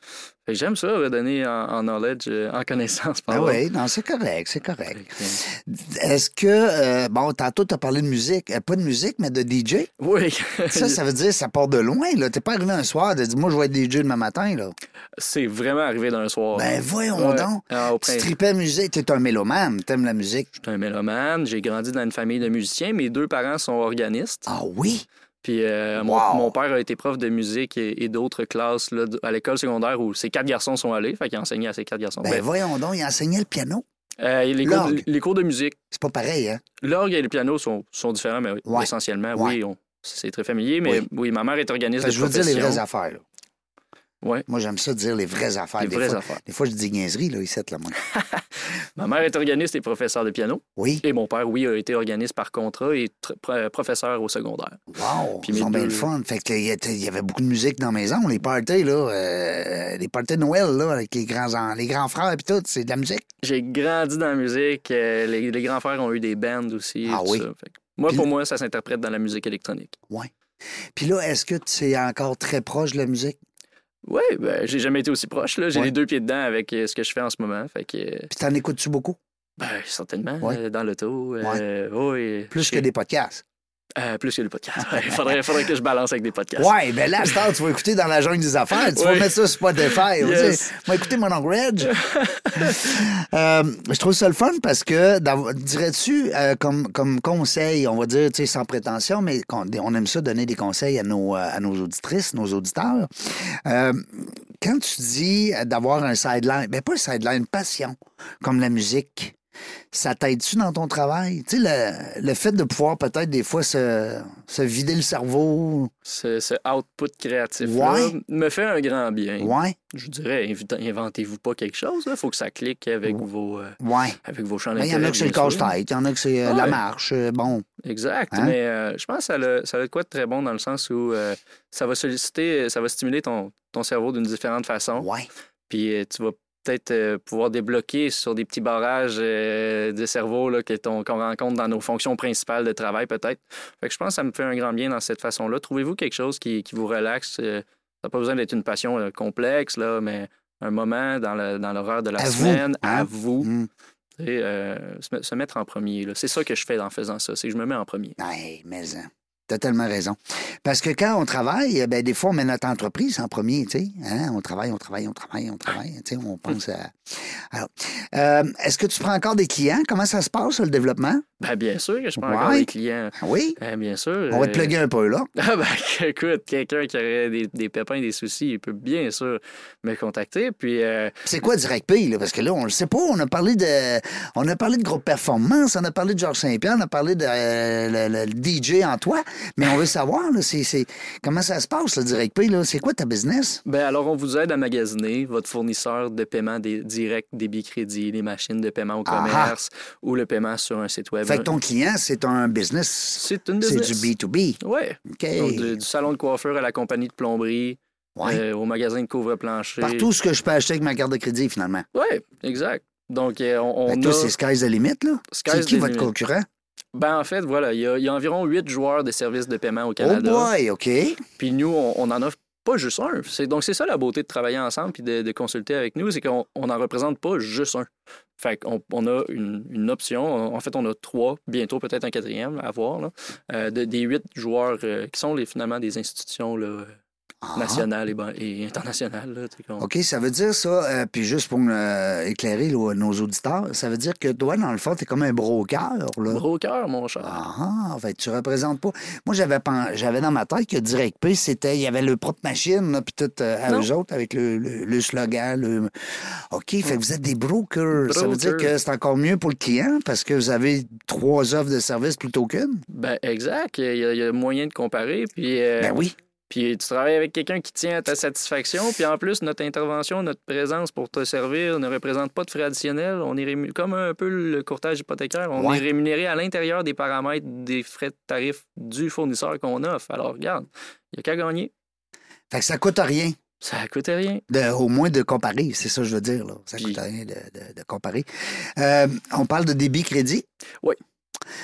[SPEAKER 2] Fait que J'aime ça, redonner en, en knowledge, euh, en connaissance.
[SPEAKER 1] Ah
[SPEAKER 2] pardon.
[SPEAKER 1] oui, non, c'est correct, c'est
[SPEAKER 2] Fait
[SPEAKER 1] correct.
[SPEAKER 2] que, euh,
[SPEAKER 1] Est-ce que, euh, bon, tantôt, t'as parlé de musique. Euh, pas de musique, mais de DJ.
[SPEAKER 2] Oui.
[SPEAKER 1] Ça, ça veut dire ça part de loin, là. T'es pas arrivé un soir de dire, moi, je vais être DJ demain matin, là.
[SPEAKER 2] C'est vraiment arrivé d'un soir.
[SPEAKER 1] Ben, voyons
[SPEAKER 2] Ouais.
[SPEAKER 1] donc.
[SPEAKER 2] Ah, au
[SPEAKER 1] Tu
[SPEAKER 2] printemps.
[SPEAKER 1] tripais musique, t'es un mélomane, t'aimes la musique.
[SPEAKER 2] J'étais un mélomane. J'ai grandi dans une famille de musiciens. Mes deux parents sont organistes.
[SPEAKER 1] Ah oui?
[SPEAKER 2] Puis euh, mon,
[SPEAKER 1] Wow.
[SPEAKER 2] mon père a été prof de musique et, et d'autres classes là, d- à l'école secondaire où ces quatre garçons sont allés. Fait qu'il a enseigné à ces quatre garçons.
[SPEAKER 1] Ben,
[SPEAKER 2] Ben,
[SPEAKER 1] voyons donc, il enseignait le piano.
[SPEAKER 2] euh, les, cours,
[SPEAKER 1] l'orgue.
[SPEAKER 2] les cours de musique,
[SPEAKER 1] C'est pas pareil, hein?
[SPEAKER 2] l'orgue et le piano sont, sont différents, mais
[SPEAKER 1] Ouais.
[SPEAKER 2] essentiellement,
[SPEAKER 1] Ouais.
[SPEAKER 2] oui, on- c'est très familier. Mais
[SPEAKER 1] Oui.
[SPEAKER 2] oui. ma mère est organiste.
[SPEAKER 1] Fait que
[SPEAKER 2] de
[SPEAKER 1] je veux dire les vraies
[SPEAKER 2] profession.
[SPEAKER 1] affaires, là.
[SPEAKER 2] Ouais.
[SPEAKER 1] Moi, j'aime ça dire les vraies affaires.
[SPEAKER 2] Les
[SPEAKER 1] des,
[SPEAKER 2] vraies
[SPEAKER 1] fois,
[SPEAKER 2] affaires.
[SPEAKER 1] des fois, je dis niaiserie, là, ici, là, moi.
[SPEAKER 2] Ma mère est organiste et professeur de piano.
[SPEAKER 1] Oui,
[SPEAKER 2] Et mon père, oui, a été organiste par contrat et tr- pro- euh, professeur au secondaire.
[SPEAKER 1] wow,
[SPEAKER 2] Puis
[SPEAKER 1] ils
[SPEAKER 2] mes
[SPEAKER 1] sont bien le
[SPEAKER 2] deux-
[SPEAKER 1] fun. Fait que, il y a- il y avait beaucoup de musique dans la maison, les parties, là, euh, les parties de Noël, là, avec les grands, en- les grands frères et tout, c'est de la musique.
[SPEAKER 2] J'ai grandi dans la musique. euh, Les, les grands frères ont eu des bands aussi. et
[SPEAKER 1] Ah
[SPEAKER 2] tout
[SPEAKER 1] oui.
[SPEAKER 2] ça. Fait que Moi,
[SPEAKER 1] Puis-
[SPEAKER 2] pour moi, ça s'interprète dans la musique électronique.
[SPEAKER 1] Puis là, est-ce que tu es encore très proche de la musique?
[SPEAKER 2] Oui, ben, j'ai jamais été aussi proche. là. J'ai
[SPEAKER 1] Ouais.
[SPEAKER 2] les deux pieds dedans avec euh, ce que je fais en ce moment. Fait que, euh,
[SPEAKER 1] Puis t'en écoutes-tu beaucoup?
[SPEAKER 2] ben, certainement,
[SPEAKER 1] Ouais.
[SPEAKER 2] euh, dans l'auto.
[SPEAKER 1] Ouais.
[SPEAKER 2] euh, oui,
[SPEAKER 1] Plus
[SPEAKER 2] je-
[SPEAKER 1] que des podcasts.
[SPEAKER 2] euh, plus que le podcast. Il faudrait, faudrait que je balance avec des podcasts.
[SPEAKER 1] Ouais, ben là, à cette heure, tu vas écouter dans la jungle des affaires. Tu vas
[SPEAKER 2] Oui.
[SPEAKER 1] mettre ça sur Spotify. Moi,
[SPEAKER 2] Yes.
[SPEAKER 1] Moi, écoutez mon oncle Reg. Euh, je trouve ça le fun parce que, d'avoir- dirais-tu, euh, comme, comme conseil, on va dire, tu sais, sans prétention, mais qu'on- on aime ça donner des conseils à nos, euh, à nos auditrices, nos auditeurs. Euh, quand tu dis euh, d'avoir un sideline, ben pas un sideline, passion, comme la musique, ça t'aide-tu dans ton travail? Tu sais, le, le fait de pouvoir peut-être des fois se, se vider le cerveau,
[SPEAKER 2] Ce, ce output créatif-là
[SPEAKER 1] Ouais.
[SPEAKER 2] me fait un grand bien.
[SPEAKER 1] ouais,
[SPEAKER 2] Je vous dirais, invita- inventez-vous pas quelque chose. Il faut que ça clique avec, vos, euh,
[SPEAKER 1] ouais.
[SPEAKER 2] avec vos champs
[SPEAKER 1] Ben, Il y en a
[SPEAKER 2] d'intérêt,
[SPEAKER 1] que c'est le
[SPEAKER 2] bien sûr.
[SPEAKER 1] casse-tête, il y en a que c'est euh,
[SPEAKER 2] Ah
[SPEAKER 1] la
[SPEAKER 2] ouais.
[SPEAKER 1] marche, euh, bon.
[SPEAKER 2] Exact,
[SPEAKER 1] Hein?
[SPEAKER 2] mais euh, je pense que ça a, ça a de quoi de très bon dans le sens où euh, ça va solliciter, ça va stimuler ton, ton cerveau d'une différente façon.
[SPEAKER 1] Ouais.
[SPEAKER 2] Puis euh, tu vas peut-être euh, pouvoir débloquer sur des petits barrages euh, de cerveau là, que ton- qu'on rencontre dans nos fonctions principales de travail, peut-être. Fait que je pense que ça me fait un grand bien dans cette façon-là. Trouvez-vous quelque chose qui, qui vous relaxe. euh, ça n'a pas besoin d'être une passion euh, complexe, là, mais un moment dans le- dans l'horaire de la
[SPEAKER 1] À vous,
[SPEAKER 2] semaine, à
[SPEAKER 1] hein?
[SPEAKER 2] vous,
[SPEAKER 1] Mm.
[SPEAKER 2] et, euh, se, se mettre en premier. là. C'est ça que je fais en faisant ça, c'est que je me mets en premier.
[SPEAKER 1] Hey, mais hein. T'as tellement raison. Parce que quand on travaille, ben, des fois, on met notre entreprise en premier, tu sais. Hein? On travaille, on travaille, on travaille, on travaille, tu sais,
[SPEAKER 2] Hum.
[SPEAKER 1] on pense à... Alors, euh, est-ce que tu prends encore des clients? Comment ça se passe, le développement?
[SPEAKER 2] Ben, bien sûr que je prends
[SPEAKER 1] Ouais.
[SPEAKER 2] encore des clients.
[SPEAKER 1] Ah Oui,
[SPEAKER 2] Ben, bien sûr.
[SPEAKER 1] on va te
[SPEAKER 2] euh,
[SPEAKER 1] plugger un peu, là.
[SPEAKER 2] Ah ben, écoute, quelqu'un qui aurait des, des pépins, des soucis, il peut bien sûr me contacter. Puis, euh,
[SPEAKER 1] C'est quoi Direct Pay, là? Parce que là, on le sait pas. On a parlé de, on a parlé de groupe performance, on a parlé de Georges Saint-Pierre, on a parlé de euh, le, le DJ en toi. Mais on veut savoir, là, c'est, c'est- comment ça se passe, le Direct Pay, là? C'est quoi ta business?
[SPEAKER 2] ben alors, on vous aide à magasiner votre fournisseur de paiement des, direct, débit crédit, les machines de paiement au
[SPEAKER 1] Ah ah.
[SPEAKER 2] commerce ou le paiement sur un site web.
[SPEAKER 1] Fait que ton client, c'est un business.
[SPEAKER 2] C'est une
[SPEAKER 1] C'est
[SPEAKER 2] Eh ben, business.
[SPEAKER 1] du B2B.
[SPEAKER 2] Ouais.
[SPEAKER 1] OK.
[SPEAKER 2] Donc, du, du salon de coiffeur à la compagnie de plomberie,
[SPEAKER 1] Ouais.
[SPEAKER 2] euh, au magasin de couvre-plancher.
[SPEAKER 1] Partout ce que je peux acheter avec ma carte de crédit, finalement.
[SPEAKER 2] Ouais, exact. Donc, euh, on, on
[SPEAKER 1] Ben,
[SPEAKER 2] a...
[SPEAKER 1] toi, c'est Sky's the Limit, là.
[SPEAKER 2] Sky's
[SPEAKER 1] C'est qui
[SPEAKER 2] the
[SPEAKER 1] votre
[SPEAKER 2] limit.
[SPEAKER 1] concurrent?
[SPEAKER 2] Ben, en fait, voilà, il y, a, il y a environ huit joueurs de services de paiement au
[SPEAKER 1] Oh
[SPEAKER 2] Canada.
[SPEAKER 1] boy, OK.
[SPEAKER 2] Puis nous, on, on en offre pas juste un. C'est, donc, c'est ça la beauté de travailler ensemble puis de, de consulter avec nous, c'est qu'on on en représente pas juste un. Fait qu'on on a une, une option, on- en fait, on a trois, bientôt peut-être un quatrième à voir, là, euh, de- des huit joueurs euh, qui sont les, finalement des institutions là, euh,
[SPEAKER 1] Ah.
[SPEAKER 2] nationales et, ban- et internationales. là, tu sais, qu'on-
[SPEAKER 1] OK, ça veut dire ça, euh, puis juste pour euh, éclairer là, nos auditeurs, ça veut dire que toi, dans le fond, t'es comme un broker, là.
[SPEAKER 2] Broker, mon cher.
[SPEAKER 1] Ah, en fait, tu représentes pas. Moi, j'avais pen- j'avais dans ma tête que Direct P, c'était, il y avait le propre machine, là, puis tout euh, à
[SPEAKER 2] Non.
[SPEAKER 1] eux autres, avec le, le- le slogan. le- OK, fait que vous êtes des brokers. Ça veut dire
[SPEAKER 2] Brokers.
[SPEAKER 1] que c'est encore mieux pour le client parce que vous avez trois offres de services plutôt qu'une.
[SPEAKER 2] Ben, exact. Il y, a- il y a moyen de comparer. Puis, euh,
[SPEAKER 1] Ben oui.
[SPEAKER 2] Puis tu travailles avec quelqu'un qui tient à ta satisfaction. Puis en plus, notre intervention, notre présence pour te servir ne représente pas de frais additionnels. On est rému- comme un peu le courtage hypothécaire. On
[SPEAKER 1] Ouais.
[SPEAKER 2] est rémunéré à l'intérieur des paramètres des frais de tarif du fournisseur qu'on offre. Alors regarde, il n'y a qu'à gagner.
[SPEAKER 1] Fait que ça coûte rien.
[SPEAKER 2] Ça coûte rien.
[SPEAKER 1] De, au moins de comparer, c'est ça que je veux dire. Là. Ça
[SPEAKER 2] Puis-
[SPEAKER 1] coûte rien de, de- de comparer. Euh, on parle de débit crédit.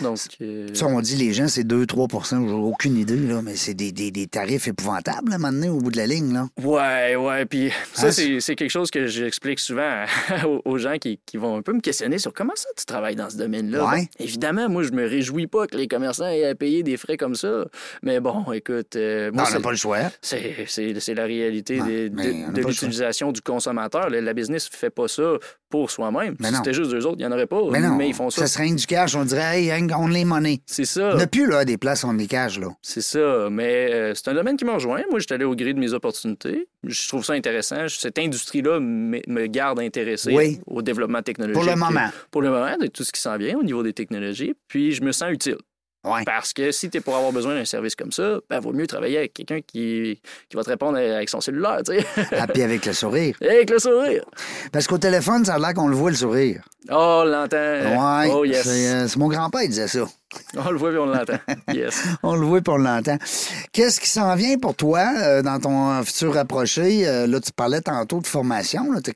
[SPEAKER 2] Donc, euh,
[SPEAKER 1] Ça, on dit les gens, c'est 2-3 j'ai aucune idée, là, mais c'est des, des- des tarifs épouvantables à un moment donné, au bout de la ligne. Là.
[SPEAKER 2] Ouais, ouais. Puis ça,
[SPEAKER 1] Ah,
[SPEAKER 2] c'est c'est quelque chose que j'explique souvent à- aux- aux gens qui, qui vont un peu me questionner sur comment ça tu travailles dans ce domaine-là.
[SPEAKER 1] Ouais.
[SPEAKER 2] Bon, évidemment, moi, je me réjouis pas que les commerçants aient à payer des frais comme ça. Mais bon, écoute, euh,
[SPEAKER 1] Non,
[SPEAKER 2] moi,
[SPEAKER 1] on
[SPEAKER 2] c'est-
[SPEAKER 1] n'a pas le choix.
[SPEAKER 2] c'est- c'est c'est la réalité
[SPEAKER 1] Ouais,
[SPEAKER 2] des-
[SPEAKER 1] mais on
[SPEAKER 2] de,
[SPEAKER 1] n'a
[SPEAKER 2] de
[SPEAKER 1] pas le
[SPEAKER 2] l'utilisation du consommateur. Le- la business fait pas ça pour soi-même.
[SPEAKER 1] Mais
[SPEAKER 2] Si
[SPEAKER 1] non.
[SPEAKER 2] c'était juste eux autres, il n'y en aurait pas.
[SPEAKER 1] Mais
[SPEAKER 2] Mais,
[SPEAKER 1] non,
[SPEAKER 2] ils font ça. Ah.
[SPEAKER 1] Ça serait du cash, on dirait, hey, hang, on les monnaie.
[SPEAKER 2] C'est ça.
[SPEAKER 1] On n'a plus, là, des places, on les cash, là.
[SPEAKER 2] C'est ça, mais euh, c'est un domaine qui me rejoint. Moi, je suis allé au gré de mes opportunités. Je trouve ça intéressant. Je- Cette industrie-là me me garde intéressé
[SPEAKER 1] Oui.
[SPEAKER 2] au développement technologique.
[SPEAKER 1] Pour le moment.
[SPEAKER 2] Pour le moment, de tout ce qui s'en vient au niveau des technologies. Puis, je me sens utile.
[SPEAKER 1] Ouais.
[SPEAKER 2] Parce que si tu es pour avoir besoin d'un service comme ça, ben, vaut mieux travailler avec quelqu'un qui, qui va te répondre avec son cellulaire, tu sais,
[SPEAKER 1] Ah, puis avec le sourire.
[SPEAKER 2] avec le sourire.
[SPEAKER 1] Parce qu'au téléphone, ça a l'air qu'on le voit, le sourire.
[SPEAKER 2] Oh, on l'entend.
[SPEAKER 1] Ouais.
[SPEAKER 2] oh, yes.
[SPEAKER 1] C'est euh, c'est mon grand-père, il disait ça.
[SPEAKER 2] On le voit et on l'entend. Yes.
[SPEAKER 1] On le voit et on l'entend. Qu'est-ce qui s'en vient pour toi euh, dans ton euh, futur rapproché? Euh, là, tu parlais tantôt de formation. Tu es,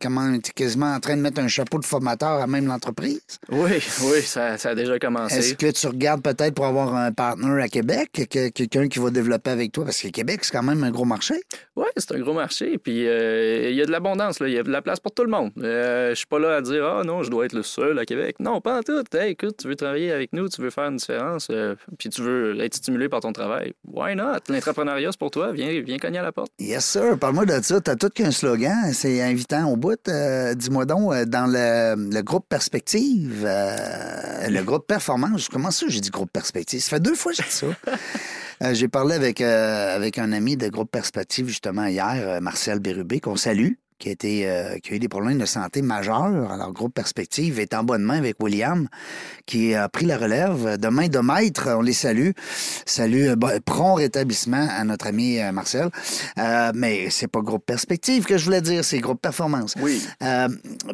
[SPEAKER 1] quasiment en train de mettre un chapeau de formateur à même l'entreprise.
[SPEAKER 2] Oui, oui, ça, ça a déjà
[SPEAKER 1] Est-ce
[SPEAKER 2] commencé.
[SPEAKER 1] que tu regardes peut-être pour avoir un partenaire à Québec, que- quelqu'un qui va développer avec toi? Parce que Québec, c'est quand même un gros marché.
[SPEAKER 2] Oui, c'est un gros marché. Puis euh, il y a de l'abondance, là. il y a de la place pour tout le monde. Euh, je suis pas là à dire Ah non, je dois être le seul à Québec. Non, pas en tout. Hey, écoute, tu veux travailler avec nous, tu veux faire une différence, euh, puis tu veux être stimulé par ton travail. Why not? L'entrepreneuriat, c'est pour toi. Viens, viens cogner à la porte.
[SPEAKER 1] Yes, sir. Parle-moi de ça. T'as tout qu'un slogan. C'est invitant au bout. Euh, Dis-moi donc, euh, dans le, le groupe Perspective, euh, le groupe Performance, comment ça j'ai dit groupe Perspective? Ça fait deux fois que j'ai dit ça. Euh, j'ai parlé avec, euh, avec un ami de groupe Perspective, justement, hier, euh, Marcel Bérubé, qu'on salue. Qui a, été, euh, qui a eu des problèmes de santé majeurs. Alors, groupe Perspective est en bonne main avec William, qui a pris la relève de main de maître. On les salue. Salut, euh, bon- prompt rétablissement à notre ami euh, Marcel. Euh, mais c'est pas groupe perspective que je voulais dire, c'est groupe performance.
[SPEAKER 2] Oui.
[SPEAKER 1] Euh,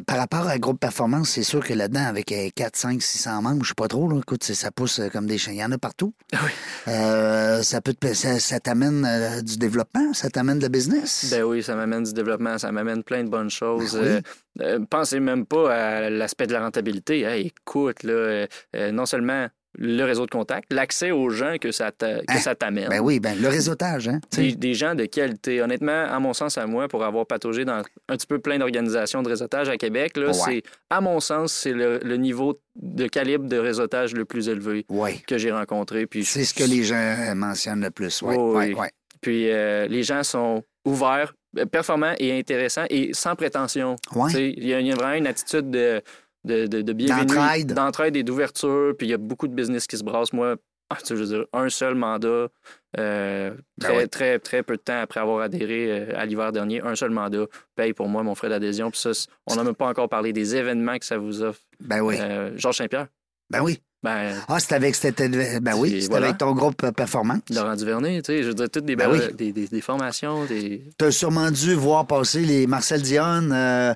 [SPEAKER 1] par rapport à groupe performance, c'est sûr que là-dedans, avec euh, 4, 5, 600 membres, je sais pas trop, là, écoute, c'est- ça pousse euh, comme des chiens. Il y en a partout.
[SPEAKER 2] Oui.
[SPEAKER 1] Euh, ça peut te- ça, ça t'amène euh, du développement, ça t'amène de la business.
[SPEAKER 2] Ben oui, ça m'amène du développement, ça m'amène plein de bonnes choses. Euh, euh, pensez même pas à l'aspect de la rentabilité. Hey, écoute, là, euh, euh, non seulement le réseau de contact, l'accès aux gens que ça t'a- que
[SPEAKER 1] Hein?
[SPEAKER 2] ça t'amène.
[SPEAKER 1] Ben oui, ben le réseautage, hein. tu sais.
[SPEAKER 2] Des, des gens de qualité. Honnêtement, à mon sens, à moi, pour avoir pataugé dans un petit peu plein d'organisations de réseautage à Québec, là,
[SPEAKER 1] Ouais.
[SPEAKER 2] c'est, à mon sens, c'est le, le niveau de calibre de réseautage le plus élevé
[SPEAKER 1] Oui.
[SPEAKER 2] que j'ai rencontré. Puis, je-
[SPEAKER 1] C'est ce que les gens euh, mentionnent le plus. Oui,
[SPEAKER 2] Oh,
[SPEAKER 1] oui,
[SPEAKER 2] oui.
[SPEAKER 1] oui.
[SPEAKER 2] puis euh, les gens sont ouverts, euh, performants et intéressants et sans prétention.
[SPEAKER 1] Ouais.
[SPEAKER 2] Tu sais, Il y, a- il y a vraiment une attitude de, de, de, de bienvenue,
[SPEAKER 1] D'entraide.
[SPEAKER 2] d'entraide et d'ouverture. Puis il y a beaucoup de business qui se brassent. Moi, ah, tu sais, je veux dire, un seul mandat, euh,
[SPEAKER 1] Ben
[SPEAKER 2] très,
[SPEAKER 1] oui.
[SPEAKER 2] très, très peu de temps après avoir adhéré euh, à l'hiver dernier, un seul mandat paye pour moi mon frais d'adhésion. Puis ça, c'est- on n'a même pas encore parlé des événements que ça vous offre.
[SPEAKER 1] Ben oui.
[SPEAKER 2] Euh, Georges Saint-Pierre,
[SPEAKER 1] Ben oui.
[SPEAKER 2] ben,
[SPEAKER 1] Ah, c'est avec cet éve- Ben oui,
[SPEAKER 2] Et
[SPEAKER 1] c'est
[SPEAKER 2] voilà.
[SPEAKER 1] avec ton groupe euh, performance.
[SPEAKER 2] Laurent Duvernay, tu sais, je veux dire, toutes des,
[SPEAKER 1] Ben oui.
[SPEAKER 2] barres- des, des- des formations, des...
[SPEAKER 1] T'as sûrement dû voir passer les Marcel Dionne. euh,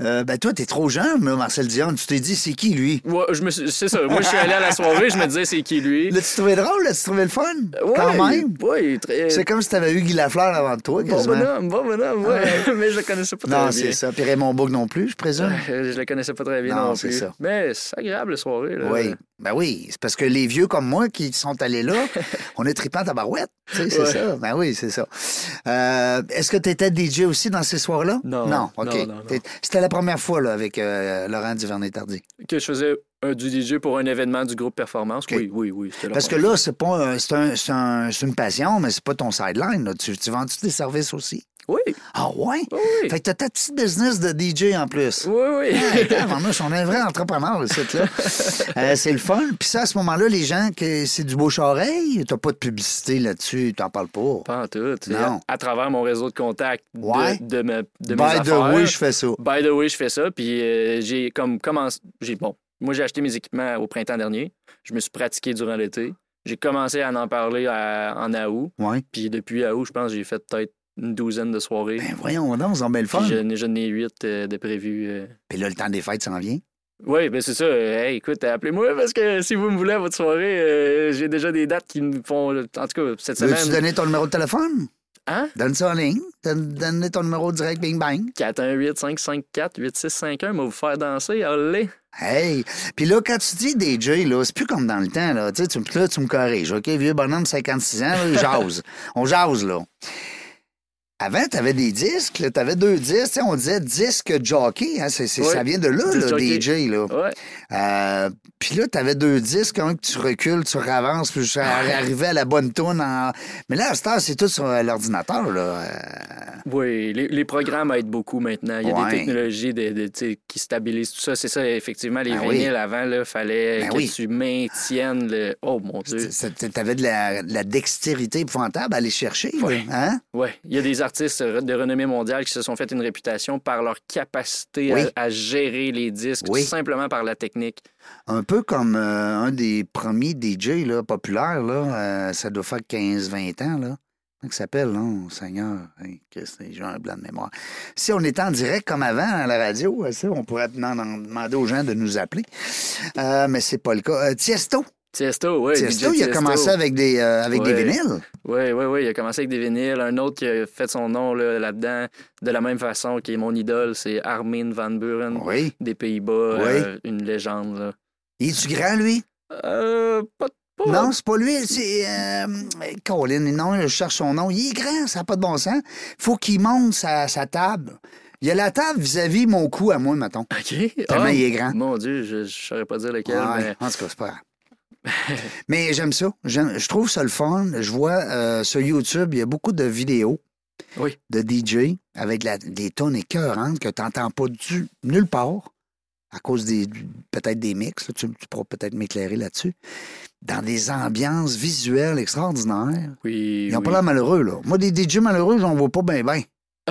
[SPEAKER 1] euh, ben toi, t'es trop jeune, là, Marcel Dionne. Tu t'es dit, c'est qui, lui?
[SPEAKER 2] Ouais, je me suis- c'est ça. Moi, je suis allé à la soirée, je me disais c'est qui lui.
[SPEAKER 1] Là, tu trouvais drôle, là, tu trouvais le fun? Quand même.
[SPEAKER 2] Oui, très.
[SPEAKER 1] C'est comme si t'avais eu Guy Lafleur avant de toi,
[SPEAKER 2] Euh, Bon
[SPEAKER 1] quasiment. Ah
[SPEAKER 2] bonhomme, bon bonhomme, ouais. mais je le connaissais pas
[SPEAKER 1] non,
[SPEAKER 2] très
[SPEAKER 1] c'est
[SPEAKER 2] bien.
[SPEAKER 1] ça. Puis Raymond Bourg non plus, je présume.
[SPEAKER 2] Euh, Je le connaissais pas très bien
[SPEAKER 1] Non,
[SPEAKER 2] non,
[SPEAKER 1] c'est
[SPEAKER 2] plus.
[SPEAKER 1] ça.
[SPEAKER 2] Mais c'est agréable, la soirée. Là.
[SPEAKER 1] Oui. Ben oui, c'est parce que les vieux comme moi qui sont allés là, on est tripant à barouette. Tu sais, c'est
[SPEAKER 2] Ouais.
[SPEAKER 1] ça. Ben oui, c'est ça. Euh, Est-ce que tu étais DJ aussi dans ces soirs-là?
[SPEAKER 2] Non.
[SPEAKER 1] Non, OK.
[SPEAKER 2] Non, non, non.
[SPEAKER 1] T'es- C'était la première fois là, avec euh, Laurent Duvernay-Tardy.
[SPEAKER 2] Que je faisais un, du DJ pour un événement du groupe Performance.
[SPEAKER 1] Ok.
[SPEAKER 2] Oui, oui, oui. c'était la
[SPEAKER 1] Parce que
[SPEAKER 2] première.
[SPEAKER 1] là, c'est pas un- c'est un- c'est un- c'est une passion, mais c'est pas ton sideline. là. Tu, tu vends-tu des services aussi?
[SPEAKER 2] Oui,
[SPEAKER 1] Ah ouais?
[SPEAKER 2] oui, oui.
[SPEAKER 1] Fait que t'as ta petite business de DJ en plus.
[SPEAKER 2] Oui, oui.
[SPEAKER 1] Hey, tabarnouche, on est un vrai entrepreneur, le site, là. Euh, c'est le fun. Puis ça, à ce moment-là, les gens, que c'est du bouche-oreille. T'as pas de publicité là-dessus, t'en parles pas.
[SPEAKER 2] Pas en tout. tu sais,
[SPEAKER 1] Non.
[SPEAKER 2] À, à travers mon réseau de contacts de-
[SPEAKER 1] Ouais.
[SPEAKER 2] de, ma- de mes
[SPEAKER 1] By the
[SPEAKER 2] affaires.
[SPEAKER 1] way, je fais ça.
[SPEAKER 2] By the way, je fais ça. Puis euh, j'ai comme commencé. J'ai bon. Moi, j'ai acheté mes équipements au printemps dernier. Je me suis pratiqué durant l'été. J'ai commencé à en parler à- en août.
[SPEAKER 1] Ouais.
[SPEAKER 2] Puis depuis août, je pense, j'ai fait peut-être une douzaine de soirées.
[SPEAKER 1] Ben voyons donc, ils ont bien le fun.
[SPEAKER 2] Puis je n'ai- je n'ai huit euh, de prévus. euh.
[SPEAKER 1] Puis là, le temps des fêtes s'en vient.
[SPEAKER 2] Oui, ben c'est ça. Euh, hey, écoute, appelez-moi parce que si vous me voulez à votre soirée, euh, j'ai déjà des dates qui me font. En tout cas, cette
[SPEAKER 1] Veux-tu
[SPEAKER 2] semaine.
[SPEAKER 1] donner ton numéro de téléphone?
[SPEAKER 2] Hein?
[SPEAKER 1] Donne ça en ligne. Donne, donne ton numéro direct, bing bang.
[SPEAKER 2] 418 554 8651 m'a vous faire danser, allez!
[SPEAKER 1] Hey! Puis là, quand tu dis DJ, là, c'est plus comme dans le temps, là. Tu sais, tu, me- là, tu me corriges, OK? Vieux bonhomme, 56 ans, là, il jase. on jase, là. Avant, t'avais des disques, là. T'avais deux disques. Tu sais, on disait disque jockey, hein. c'est- c'est-
[SPEAKER 2] Ouais.
[SPEAKER 1] Ça vient de là,
[SPEAKER 2] Disque
[SPEAKER 1] là,
[SPEAKER 2] jockey.
[SPEAKER 1] DJ, là.
[SPEAKER 2] Ouais.
[SPEAKER 1] Euh, puis là, t'avais deux disques, un que tu recules, tu ravances, puis jusqu'à arriver à la bonne tourne. En... Mais là, à cette heure, c'est tout sur euh, l'ordinateur, là. Euh,
[SPEAKER 2] Oui, les, les programmes aident beaucoup maintenant. Il y a
[SPEAKER 1] Ouais.
[SPEAKER 2] des technologies de, de, tu sais, qui stabilisent tout ça. C'est ça, effectivement, les
[SPEAKER 1] Ben oui.
[SPEAKER 2] vinyles avant, il fallait
[SPEAKER 1] Ben
[SPEAKER 2] que
[SPEAKER 1] oui.
[SPEAKER 2] tu maintiennes le. Oh mon Dieu!
[SPEAKER 1] c'est- T'avais de la, de la dextérité épouvantable à aller chercher, là.
[SPEAKER 2] Ouais.
[SPEAKER 1] Hein?
[SPEAKER 2] Ouais, il y a des artistes de renommée mondiale qui se sont fait une réputation par leur capacité à-
[SPEAKER 1] Oui.
[SPEAKER 2] à, gérer les disques
[SPEAKER 1] Oui.
[SPEAKER 2] simplement par la technique.
[SPEAKER 1] Un peu comme euh, un des premiers DJ là, populaires, là, euh, ça doit faire 15-20 ans, là. Comment il s'appelle, non, Seigneur? Hein, Christ, j'ai un blanc de mémoire. Si on était en direct comme avant à la radio, euh, ça, on pourrait non, non, demander aux gens de nous appeler. Euh, mais c'est pas le cas. Euh, Tiesto.
[SPEAKER 2] Tiesto, oui.
[SPEAKER 1] Tiesto, il a commencé avec des, euh, avec des
[SPEAKER 2] Ouais.
[SPEAKER 1] vinyles.
[SPEAKER 2] Oui, oui, oui. Il a commencé avec des vinyles. Un autre qui a fait son nom là, là-dedans, de la même façon, qui est mon idole, c'est Armin Van Buren
[SPEAKER 1] Oui.
[SPEAKER 2] des Pays-Bas.
[SPEAKER 1] Oui.
[SPEAKER 2] euh, une légende, là.
[SPEAKER 1] Il est-tu grand, lui?
[SPEAKER 2] Euh, pas, pas-
[SPEAKER 1] Non, c'est pas lui. C'est euh, Colin. Non, je cherche son nom. Il est grand, ça n'a pas de bon sens. faut qu'il monte sa, sa table. Il y a la table vis-à-vis mon cou à moi, mettons.
[SPEAKER 2] OK.
[SPEAKER 1] Tellement
[SPEAKER 2] Ah,
[SPEAKER 1] il est grand.
[SPEAKER 2] Mon Dieu, je ne saurais pas dire lequel,
[SPEAKER 1] Ouais,
[SPEAKER 2] mais...
[SPEAKER 1] En tout cas, c'est pas grave. mais j'aime ça. J'aime- je trouve ça le fun. Je vois euh, sur YouTube, il y a beaucoup de vidéos
[SPEAKER 2] Oui.
[SPEAKER 1] de DJ avec la- des tonnes écœurantes que tu n'entends pas du, nulle part à cause des du- peut-être des mix. là. tu, tu pourras peut-être m'éclairer là-dessus. Dans des ambiances visuelles extraordinaires.
[SPEAKER 2] Oui,
[SPEAKER 1] Ils n'ont
[SPEAKER 2] oui.
[SPEAKER 1] pas l'air malheureux, là. Moi, des DJ malheureux, j'en vois pas bien, bien.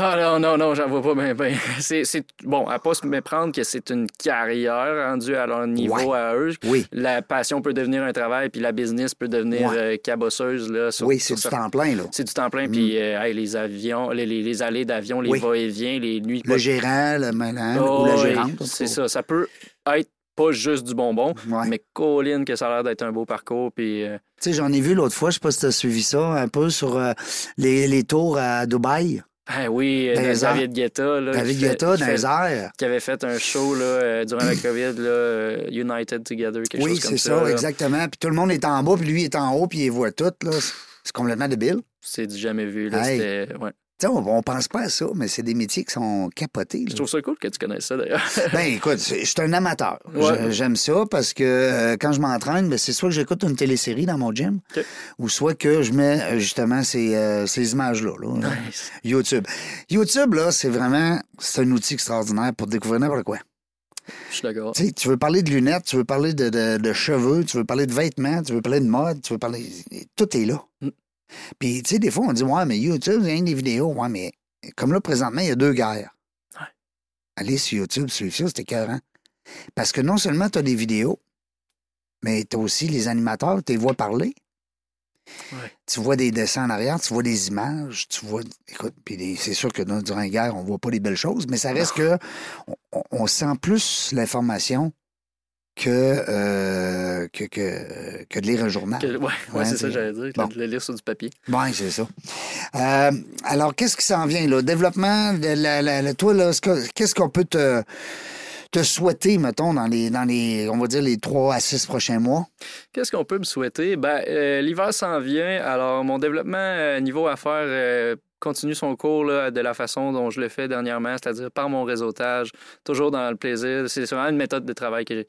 [SPEAKER 2] Ah non, non, non, j'en vois pas bien, bien. C'est, c'est- Bon, à pas se méprendre que c'est une carrière rendue à leur niveau à eux.
[SPEAKER 1] Oui.
[SPEAKER 2] La passion peut devenir un travail, puis la business peut devenir
[SPEAKER 1] Ouais.
[SPEAKER 2] euh, cabosseuse, là. sur-
[SPEAKER 1] Oui, c'est
[SPEAKER 2] sur
[SPEAKER 1] du
[SPEAKER 2] ça.
[SPEAKER 1] temps plein, là.
[SPEAKER 2] C'est du temps plein, puis euh, hey, les avions, les, les- les allées d'avions, les
[SPEAKER 1] Oui.
[SPEAKER 2] va-et-vient, les nuits...
[SPEAKER 1] Le gérant, le malin,
[SPEAKER 2] Oh,
[SPEAKER 1] ou le
[SPEAKER 2] oui,
[SPEAKER 1] gérant.
[SPEAKER 2] C'est ça, ça peut être pas juste du bonbon, mais colline que ça a l'air d'être un beau parcours, puis... euh,
[SPEAKER 1] Tu sais, j'en ai vu l'autre fois, je sais pas si tu as suivi ça, un peu sur euh, les, les tours à Dubaï.
[SPEAKER 2] Ah oui,
[SPEAKER 1] Dans
[SPEAKER 2] euh,
[SPEAKER 1] les
[SPEAKER 2] David Guetta. Là,
[SPEAKER 1] David
[SPEAKER 2] qui fait-
[SPEAKER 1] Guetta
[SPEAKER 2] qui
[SPEAKER 1] dans
[SPEAKER 2] fait-
[SPEAKER 1] les airs.
[SPEAKER 2] Qui avait fait un show là, euh, durant la COVID, là, euh, United Together, quelque
[SPEAKER 1] Oui,
[SPEAKER 2] chose comme
[SPEAKER 1] c'est
[SPEAKER 2] ça.
[SPEAKER 1] ça,
[SPEAKER 2] là.
[SPEAKER 1] exactement. Puis tout le monde est en bas, puis lui est en haut, puis il les voit toutes. là. C'est- C'est complètement débile.
[SPEAKER 2] C'est du jamais vu. Là,
[SPEAKER 1] Hey.
[SPEAKER 2] c'était- ouais.
[SPEAKER 1] Tu sais, on, on pense pas à ça, mais c'est des métiers qui sont capotés. là.
[SPEAKER 2] Je trouve ça cool que tu connaisses ça, d'ailleurs.
[SPEAKER 1] Ben écoute, c'est- je suis un amateur.
[SPEAKER 2] Ouais.
[SPEAKER 1] Je- J'aime ça parce que euh, quand je m'entraîne, ben, c'est soit que j'écoute une télésérie dans mon gym,
[SPEAKER 2] OK.
[SPEAKER 1] ou soit que je mets euh, justement ces, euh, ces images-là. là. YouTube. YouTube, là, c'est vraiment c'est un outil extraordinaire pour découvrir n'importe quoi.
[SPEAKER 2] Je suis d'accord.
[SPEAKER 1] Tu sais, tu veux parler de lunettes, tu veux parler de, de- de cheveux, tu veux parler de vêtements, tu veux parler de mode, tu veux parler. Tout est là.
[SPEAKER 2] Mm.
[SPEAKER 1] Puis, tu sais, des fois, on dit Ouais, mais YouTube, il y a des vidéos. Ouais, mais comme là, présentement, il y a deux guerres.
[SPEAKER 2] Ouais.
[SPEAKER 1] Allez sur YouTube, suivez ça, c'était écœurant. Parce que non seulement tu as des vidéos, mais tu as aussi les animateurs, tu les vois parler.
[SPEAKER 2] Ouais.
[SPEAKER 1] Tu vois des dessins en arrière, tu vois des images, tu vois. Écoute, puis des- c'est sûr que dans- durant la guerre, on voit pas les belles choses, mais ça reste que on- on, on sent plus l'information que, euh, que, que, que de lire un journal.
[SPEAKER 2] Que- ouais, ouais,
[SPEAKER 1] Ouais,
[SPEAKER 2] c'est
[SPEAKER 1] c'est-
[SPEAKER 2] ça que j'allais dire.
[SPEAKER 1] bon.
[SPEAKER 2] Le, le lire sur du papier.
[SPEAKER 1] Oui, c'est ça. Euh, alors, qu'est-ce qui s'en vient, là? Développement, de la, la- la- toi, là, ce que- qu'est-ce qu'on peut te, te souhaiter, mettons, dans les, dans les, on va dire, les trois à six prochains mois?
[SPEAKER 2] Qu'est-ce qu'on peut me souhaiter? Ben, euh, L'hiver s'en vient. Alors, mon développement euh, niveau affaires euh, continue son cours là, de la façon dont je le fais dernièrement, c'est-à-dire par mon réseautage, toujours dans le plaisir. C'est vraiment une méthode de travail que-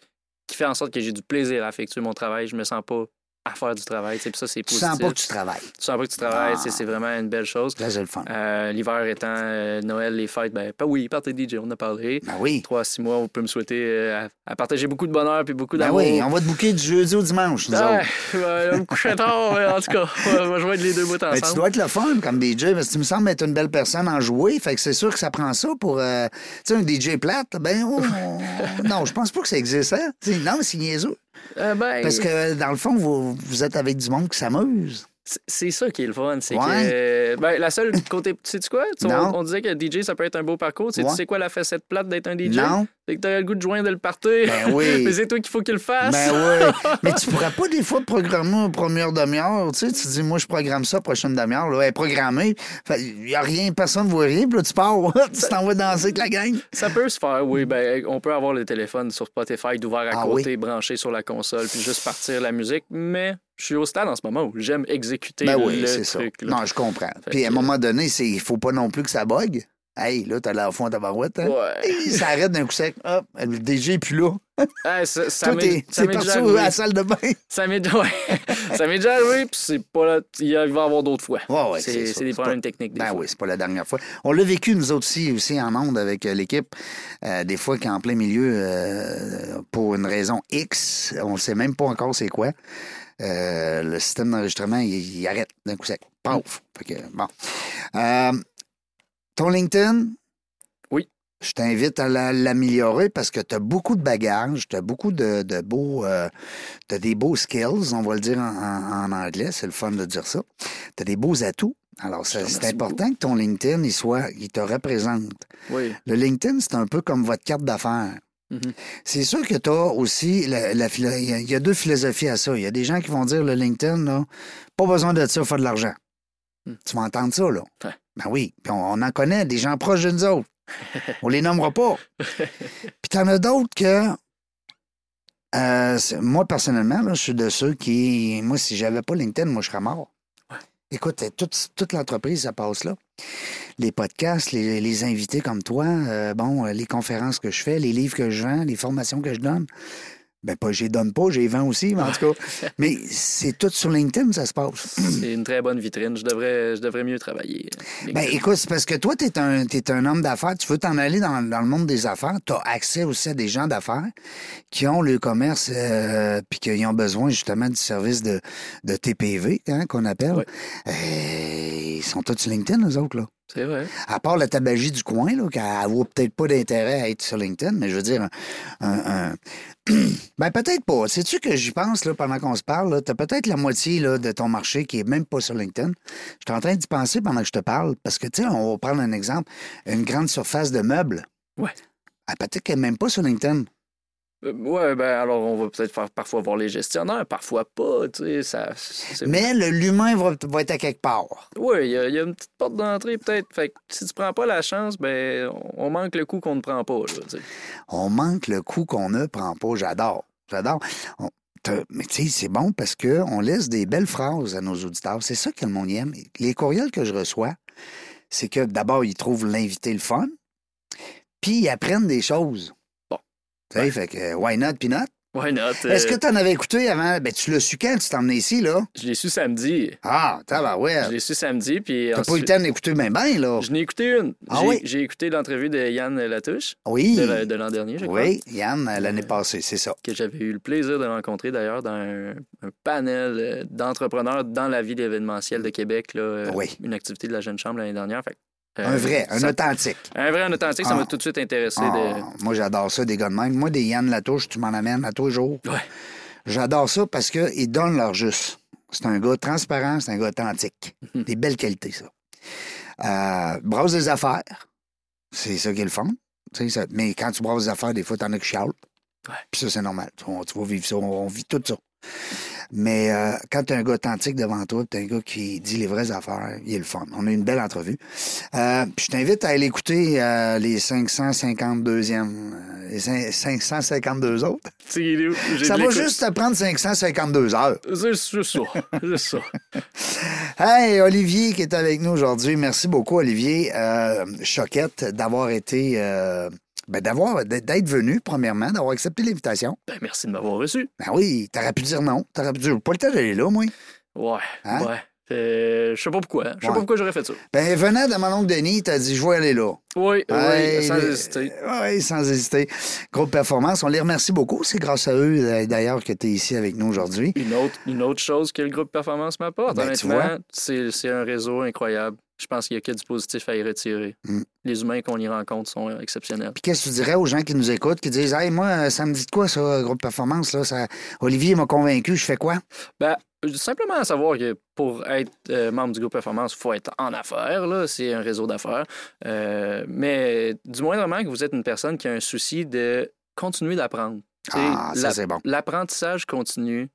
[SPEAKER 2] qui fait en sorte que j'ai du plaisir à effectuer mon travail. Je me sens pas à faire du travail. tu sais, Puis ça, c'est
[SPEAKER 1] Tu
[SPEAKER 2] positif.
[SPEAKER 1] sens pas que tu travailles.
[SPEAKER 2] Tu sens pas que tu travailles.
[SPEAKER 1] Ah.
[SPEAKER 2] tu sais, C'est vraiment une belle chose.
[SPEAKER 1] Là, c'est le fun.
[SPEAKER 2] Euh, L'hiver étant euh, Noël, les fêtes, ben, pas oui, partez DJ, on en a parlé.
[SPEAKER 1] Ben oui.
[SPEAKER 2] Trois, six mois, on peut me souhaiter euh, à, à partager beaucoup de bonheur puis beaucoup
[SPEAKER 1] Ben
[SPEAKER 2] d'amour.
[SPEAKER 1] oui, on va te bouquer du jeudi au dimanche, nous
[SPEAKER 2] Ah,
[SPEAKER 1] autres.
[SPEAKER 2] ben, on me couchait tard, mais en tout cas, on va joindre les deux bouts
[SPEAKER 1] Ben, tu
[SPEAKER 2] ensemble.
[SPEAKER 1] dois être le fun comme DJ, parce que tu me sembles être une belle personne en jouer. Fait que c'est sûr que ça prend ça pour. euh, tu sais, un DJ plate, ben, oh, on- non, je pense pas que ça existe, hein? Tu sais, non, mais c'est niaiseux.
[SPEAKER 2] Euh, ben,
[SPEAKER 1] Parce que, dans le fond, vous, vous êtes avec du monde qui s'amuse.
[SPEAKER 2] c'est- C'est ça qui est le fun, c'est
[SPEAKER 1] Ouais.
[SPEAKER 2] que... Ben, la seule côté... Tu sais quoi? Tu-
[SPEAKER 1] Non.
[SPEAKER 2] on, on disait que DJ, ça peut être un beau parcours. Tu sais, tu
[SPEAKER 1] Ouais.
[SPEAKER 2] sais quoi la facette plate d'être un DJ?
[SPEAKER 1] Non?
[SPEAKER 2] C'est que t'as le goût de joindre le party.
[SPEAKER 1] Ben oui.
[SPEAKER 2] mais c'est toi qu'il faut qu'il le fasse.
[SPEAKER 1] Ben oui. Mais tu pourrais pas des fois programmer une première demi-heure. Tu sais, tu dis, moi, je programme ça, prochaine demi-heure. Là, elle est programmée. Il n'y a rien, personne ne voit rien. Puis là, tu pars. tu t'en vas danser avec la gang.
[SPEAKER 2] Ça peut se faire, oui. Ben, on peut avoir le téléphone sur Spotify d'ouvert
[SPEAKER 1] Ah
[SPEAKER 2] à côté, branché sur la console, puis juste partir la musique. Mais je suis au stade en ce moment où j'aime exécuter
[SPEAKER 1] Ben oui,
[SPEAKER 2] le
[SPEAKER 1] c'est ça.
[SPEAKER 2] truc. là.
[SPEAKER 1] Non, je comprends.
[SPEAKER 2] Fait
[SPEAKER 1] Puis à un
[SPEAKER 2] que-
[SPEAKER 1] moment donné, c'est il faut pas non plus que ça bug. Hey, là, t'as l'air fond à barouette. Hein?
[SPEAKER 2] Ouais.
[SPEAKER 1] Hey, ça arrête d'un coup sec. Hop, le DG est plus là.
[SPEAKER 2] Ah, ça ça
[SPEAKER 1] Tout
[SPEAKER 2] m'est
[SPEAKER 1] est,
[SPEAKER 2] ça
[SPEAKER 1] c'est
[SPEAKER 2] m'est
[SPEAKER 1] parti
[SPEAKER 2] déjà
[SPEAKER 1] à la
[SPEAKER 2] arrivé.
[SPEAKER 1] salle de bain.
[SPEAKER 2] Ça m'est déjà- ouais. Ça m'est déjà arrivé, puis c'est pas là. Il va y avoir d'autres fois.
[SPEAKER 1] Ouais, ouais,
[SPEAKER 2] c'est
[SPEAKER 1] c'est ça.
[SPEAKER 2] c'est des
[SPEAKER 1] C'est
[SPEAKER 2] problèmes techniques. Des
[SPEAKER 1] Ben
[SPEAKER 2] fois.
[SPEAKER 1] oui, c'est pas la dernière fois. On l'a vécu, nous autres aussi, aussi en onde avec euh, l'équipe. Euh, des fois, qu'en plein milieu, euh, pour une raison X, on ne sait même pas encore c'est quoi, euh, le système d'enregistrement, il, il arrête d'un coup sec. Paf! Fait que, bon. Euh, ton LinkedIn?
[SPEAKER 2] Oui.
[SPEAKER 1] Je t'invite à la- l'améliorer parce que tu as beaucoup de bagages, tu as beaucoup de, de beaux, euh, t'as des beaux skills, on va le dire en, en- en anglais, c'est le fun de dire ça. Tu as des beaux atouts. Alors, ça-
[SPEAKER 2] te
[SPEAKER 1] c'est
[SPEAKER 2] remercie
[SPEAKER 1] important que ton LinkedIn, il soit, il te représente.
[SPEAKER 2] Oui.
[SPEAKER 1] Le LinkedIn, c'est un peu comme votre carte d'affaires.
[SPEAKER 2] Mhm.
[SPEAKER 1] C'est sûr que tu as aussi, la, la philo- il y a- il y a deux philosophies à ça. Il y a des gens qui vont dire, le LinkedIn, là, pas besoin de ça, faire de l'argent.
[SPEAKER 2] Mm.
[SPEAKER 1] Tu vas entendre ça, là.
[SPEAKER 2] Ouais.
[SPEAKER 1] Ben oui, puis on, on en connaît, des gens proches de nous autres. on les nommera pas. Puis t'en as d'autres que... euh, c'est- moi, personnellement, là, je suis de ceux qui... Moi, si j'avais pas LinkedIn, moi, je serais mort. Écoute, toute, toute l'entreprise, ça passe là les podcasts, les, les invités comme toi, euh, bon, euh, les conférences que je fais, les livres que je vends, les formations que je donne. Ben pas, je les donne pas, je les vends aussi, mais en tout cas. Mais c'est tout sur LinkedIn, ça se passe.
[SPEAKER 2] C'est une très bonne vitrine. Je devrais, je devrais mieux travailler.
[SPEAKER 1] Ben écoute, c'est parce que toi, t'es un, t'es un homme d'affaires, tu veux t'en aller dans, dans le monde des affaires, t'as accès aussi à des gens d'affaires qui ont le commerce euh, puis qui ont besoin justement du service de, de TPV, hein, qu'on appelle.
[SPEAKER 2] Ouais.
[SPEAKER 1] Euh, ils sont tous sur LinkedIn, eux autres, là.
[SPEAKER 2] C'est vrai.
[SPEAKER 1] À part la tabagie du coin, là, qu'elle vaut peut-être pas d'intérêt à être sur LinkedIn, mais je veux dire, un- un- un- ben peut-être pas. Sais-tu que j'y pense là, pendant qu'on se parle? là, T'as peut-être la moitié là, de ton marché qui est même pas sur LinkedIn. Je suis en train d'y penser pendant que je te parle, parce que, tu sais, on va prendre un exemple, une grande surface de meubles.
[SPEAKER 2] Ouais.
[SPEAKER 1] Ah, peut-être qu'elle n'est même pas sur LinkedIn.
[SPEAKER 2] Euh, ouais, ben alors on va peut-être faire parfois voir les gestionnaires, parfois pas, tu sais, ça. c'est-
[SPEAKER 1] Mais le- l'humain va, va être à quelque part.
[SPEAKER 2] Ouais, il y, a- il y a une petite porte d'entrée peut-être. Fait que si tu prends pas la chance, ben on on manque le coup qu'on ne prend pas, là, tu sais.
[SPEAKER 1] On manque le coup qu'on ne prend pas. J'adore. J'adore. On- t'as- Mais tu sais, c'est bon parce que on laisse des belles phrases à nos auditeurs. C'est ça que le monde aime. Les courriels que je reçois, c'est que d'abord, ils trouvent l'invité le fun, puis ils apprennent des choses.
[SPEAKER 2] Bon.
[SPEAKER 1] Tu sais, fait que euh, why not, peanut?
[SPEAKER 2] Why not? euh,
[SPEAKER 1] Est-ce que tu en avais écouté avant? Ben, tu l'as su quand tu t'es emmené ici, là?
[SPEAKER 2] Je l'ai su samedi.
[SPEAKER 1] Ah, tabarouette.
[SPEAKER 2] Je l'ai su samedi, puis
[SPEAKER 1] T'as pas eu le
[SPEAKER 2] ensuite...
[SPEAKER 1] temps d'écouter ben ben, là?
[SPEAKER 2] Je n'ai écouté une.
[SPEAKER 1] Ah
[SPEAKER 2] J'ai-
[SPEAKER 1] oui?
[SPEAKER 2] J'ai écouté l'entrevue de Yann Latouche
[SPEAKER 1] Oui.
[SPEAKER 2] de la- de l'an dernier, je crois. Euh,
[SPEAKER 1] Oui, Yann, l'année passée, c'est ça.
[SPEAKER 2] que j'avais eu le plaisir de rencontrer d'ailleurs dans un, un panel euh, d'entrepreneurs dans la ville événementielle de Québec, là, euh,
[SPEAKER 1] Oui.
[SPEAKER 2] une activité de la Jeune Chambre l'année dernière. Fait que, euh,
[SPEAKER 1] Un vrai, un
[SPEAKER 2] ça-
[SPEAKER 1] authentique.
[SPEAKER 2] un vrai, un authentique, ça
[SPEAKER 1] Ah.
[SPEAKER 2] m'a tout de suite intéressé.
[SPEAKER 1] Ah, Moi, j'adore ça, des gars de même. Moi, des Yann Latouche, tu m'en amènes à tous les jours.
[SPEAKER 2] Ouais.
[SPEAKER 1] J'adore ça parce qu'ils donnent leur juste. C'est un gars transparent, c'est un gars authentique.
[SPEAKER 2] Mhm.
[SPEAKER 1] Des belles qualités, ça. Euh, brasse des affaires. C'est ça qu'ils font. Tu sais, ça- Mais quand tu brasses des affaires, des fois, t'en as qui chialent.
[SPEAKER 2] Ouais.
[SPEAKER 1] Puis ça, c'est normal. Tu, on- tu vas vivre ça. On, on vit tout ça. Mais euh, quand t'as un gars authentique devant toi, t'as un gars qui dit les vraies affaires, il est le fun. On a eu une belle entrevue. Euh, puis je t'invite à aller écouter euh, les 552e, euh, les cin- 552 autres.
[SPEAKER 2] de...
[SPEAKER 1] Ça va juste te prendre 552 heures.
[SPEAKER 2] C'est juste ça. juste ça.
[SPEAKER 1] Hey, Olivier qui est avec nous aujourd'hui. Merci beaucoup, Olivier euh, Choquette, d'avoir été. euh, ben, d'avoir, d'être venu, premièrement, d'avoir accepté l'invitation.
[SPEAKER 2] Ben, merci de m'avoir reçu.
[SPEAKER 1] Ben oui, t'aurais pu dire non. T'aurais pu dire, pas le temps d'aller là, moi.
[SPEAKER 2] Ouais,
[SPEAKER 1] Hein?
[SPEAKER 2] ouais. Euh, je sais pas pourquoi. hein. Je sais
[SPEAKER 1] Ouais.
[SPEAKER 2] pas pourquoi j'aurais fait ça.
[SPEAKER 1] Ben, venant de mon oncle Denis, t'as dit, je vais aller là.
[SPEAKER 2] Oui, oui,
[SPEAKER 1] Hey,
[SPEAKER 2] sans
[SPEAKER 1] le-
[SPEAKER 2] hésiter.
[SPEAKER 1] Oui, sans hésiter. Grosse performance. On les remercie beaucoup. C'est grâce à eux, euh, d'ailleurs, que tu es ici avec nous aujourd'hui.
[SPEAKER 2] Une autre, une autre chose que le groupe Performance m'apporte,
[SPEAKER 1] Ben, tu vois.
[SPEAKER 2] honnêtement, c'est c'est un réseau incroyable. Je pense qu'il n'y a que du positif à y retirer.
[SPEAKER 1] Mm.
[SPEAKER 2] Les humains qu'on y rencontre sont euh, exceptionnels.
[SPEAKER 1] Puis qu'est-ce que tu dirais aux gens qui nous écoutent, qui disent Hey, moi, euh, ça me dit de quoi, ça, groupe performance, là? Ça... Olivier m'a convaincu, je fais quoi?
[SPEAKER 2] Ben, euh, simplement à savoir que pour être euh, membre du groupe Performance, il faut être en affaires. là. C'est un réseau d'affaires. Euh, mais du moindrement que vous êtes une personne qui a un souci de continuer d'apprendre. Tu sais,
[SPEAKER 1] Ah, ça,
[SPEAKER 2] la-
[SPEAKER 1] c'est bon.
[SPEAKER 2] L'apprentissage continu,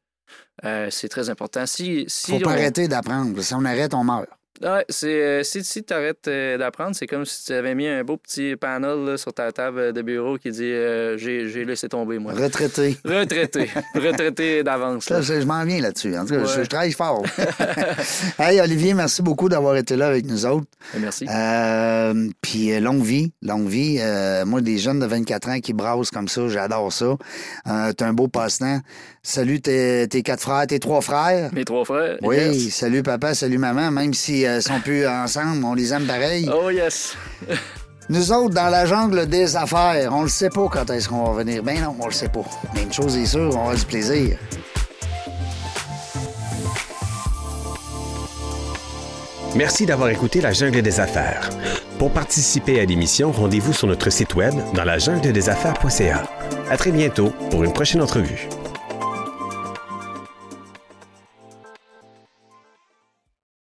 [SPEAKER 2] euh, c'est très important. Si, si
[SPEAKER 1] Faut pas
[SPEAKER 2] on-
[SPEAKER 1] arrêter d'apprendre. Si on arrête, on meurt.
[SPEAKER 2] Ouais, c'est, euh, si tu arrêtes d'apprendre, c'est comme si tu avais mis un beau petit panel là, sur ta table euh, de bureau qui dit euh, j'ai, j'ai laissé tomber, moi.
[SPEAKER 1] Retraité.
[SPEAKER 2] Retraité. Retraité d'avance.
[SPEAKER 1] Ça,
[SPEAKER 2] là.
[SPEAKER 1] je je m'en viens là-dessus. En tout cas, je,
[SPEAKER 2] Ouais.
[SPEAKER 1] je travaille fort. hey, Olivier, merci beaucoup d'avoir été là avec nous autres.
[SPEAKER 2] Merci.
[SPEAKER 1] Euh, puis euh, longue vie, longue vie. Euh, moi, des jeunes de 24 ans qui brassent comme ça, j'adore ça. Euh, T'as un beau passe-temps. Salut tes, tes quatre frères, tes trois frères.
[SPEAKER 2] Mes trois frères.
[SPEAKER 1] Oui,
[SPEAKER 2] yes.
[SPEAKER 1] salut papa, salut maman. Même s'ils euh, sont plus ensemble, on les aime pareil.
[SPEAKER 2] Oh yes.
[SPEAKER 1] Nous autres, dans la jungle des affaires, on le sait pas quand est-ce qu'on va revenir. Ben non, on le sait pas. Mais une chose est sûre, on aura du plaisir.
[SPEAKER 3] Merci d'avoir écouté La Jungle des Affaires. Pour participer à l'émission, rendez-vous sur notre site web dans la jungle des affaires.ca. À très bientôt pour une prochaine entrevue.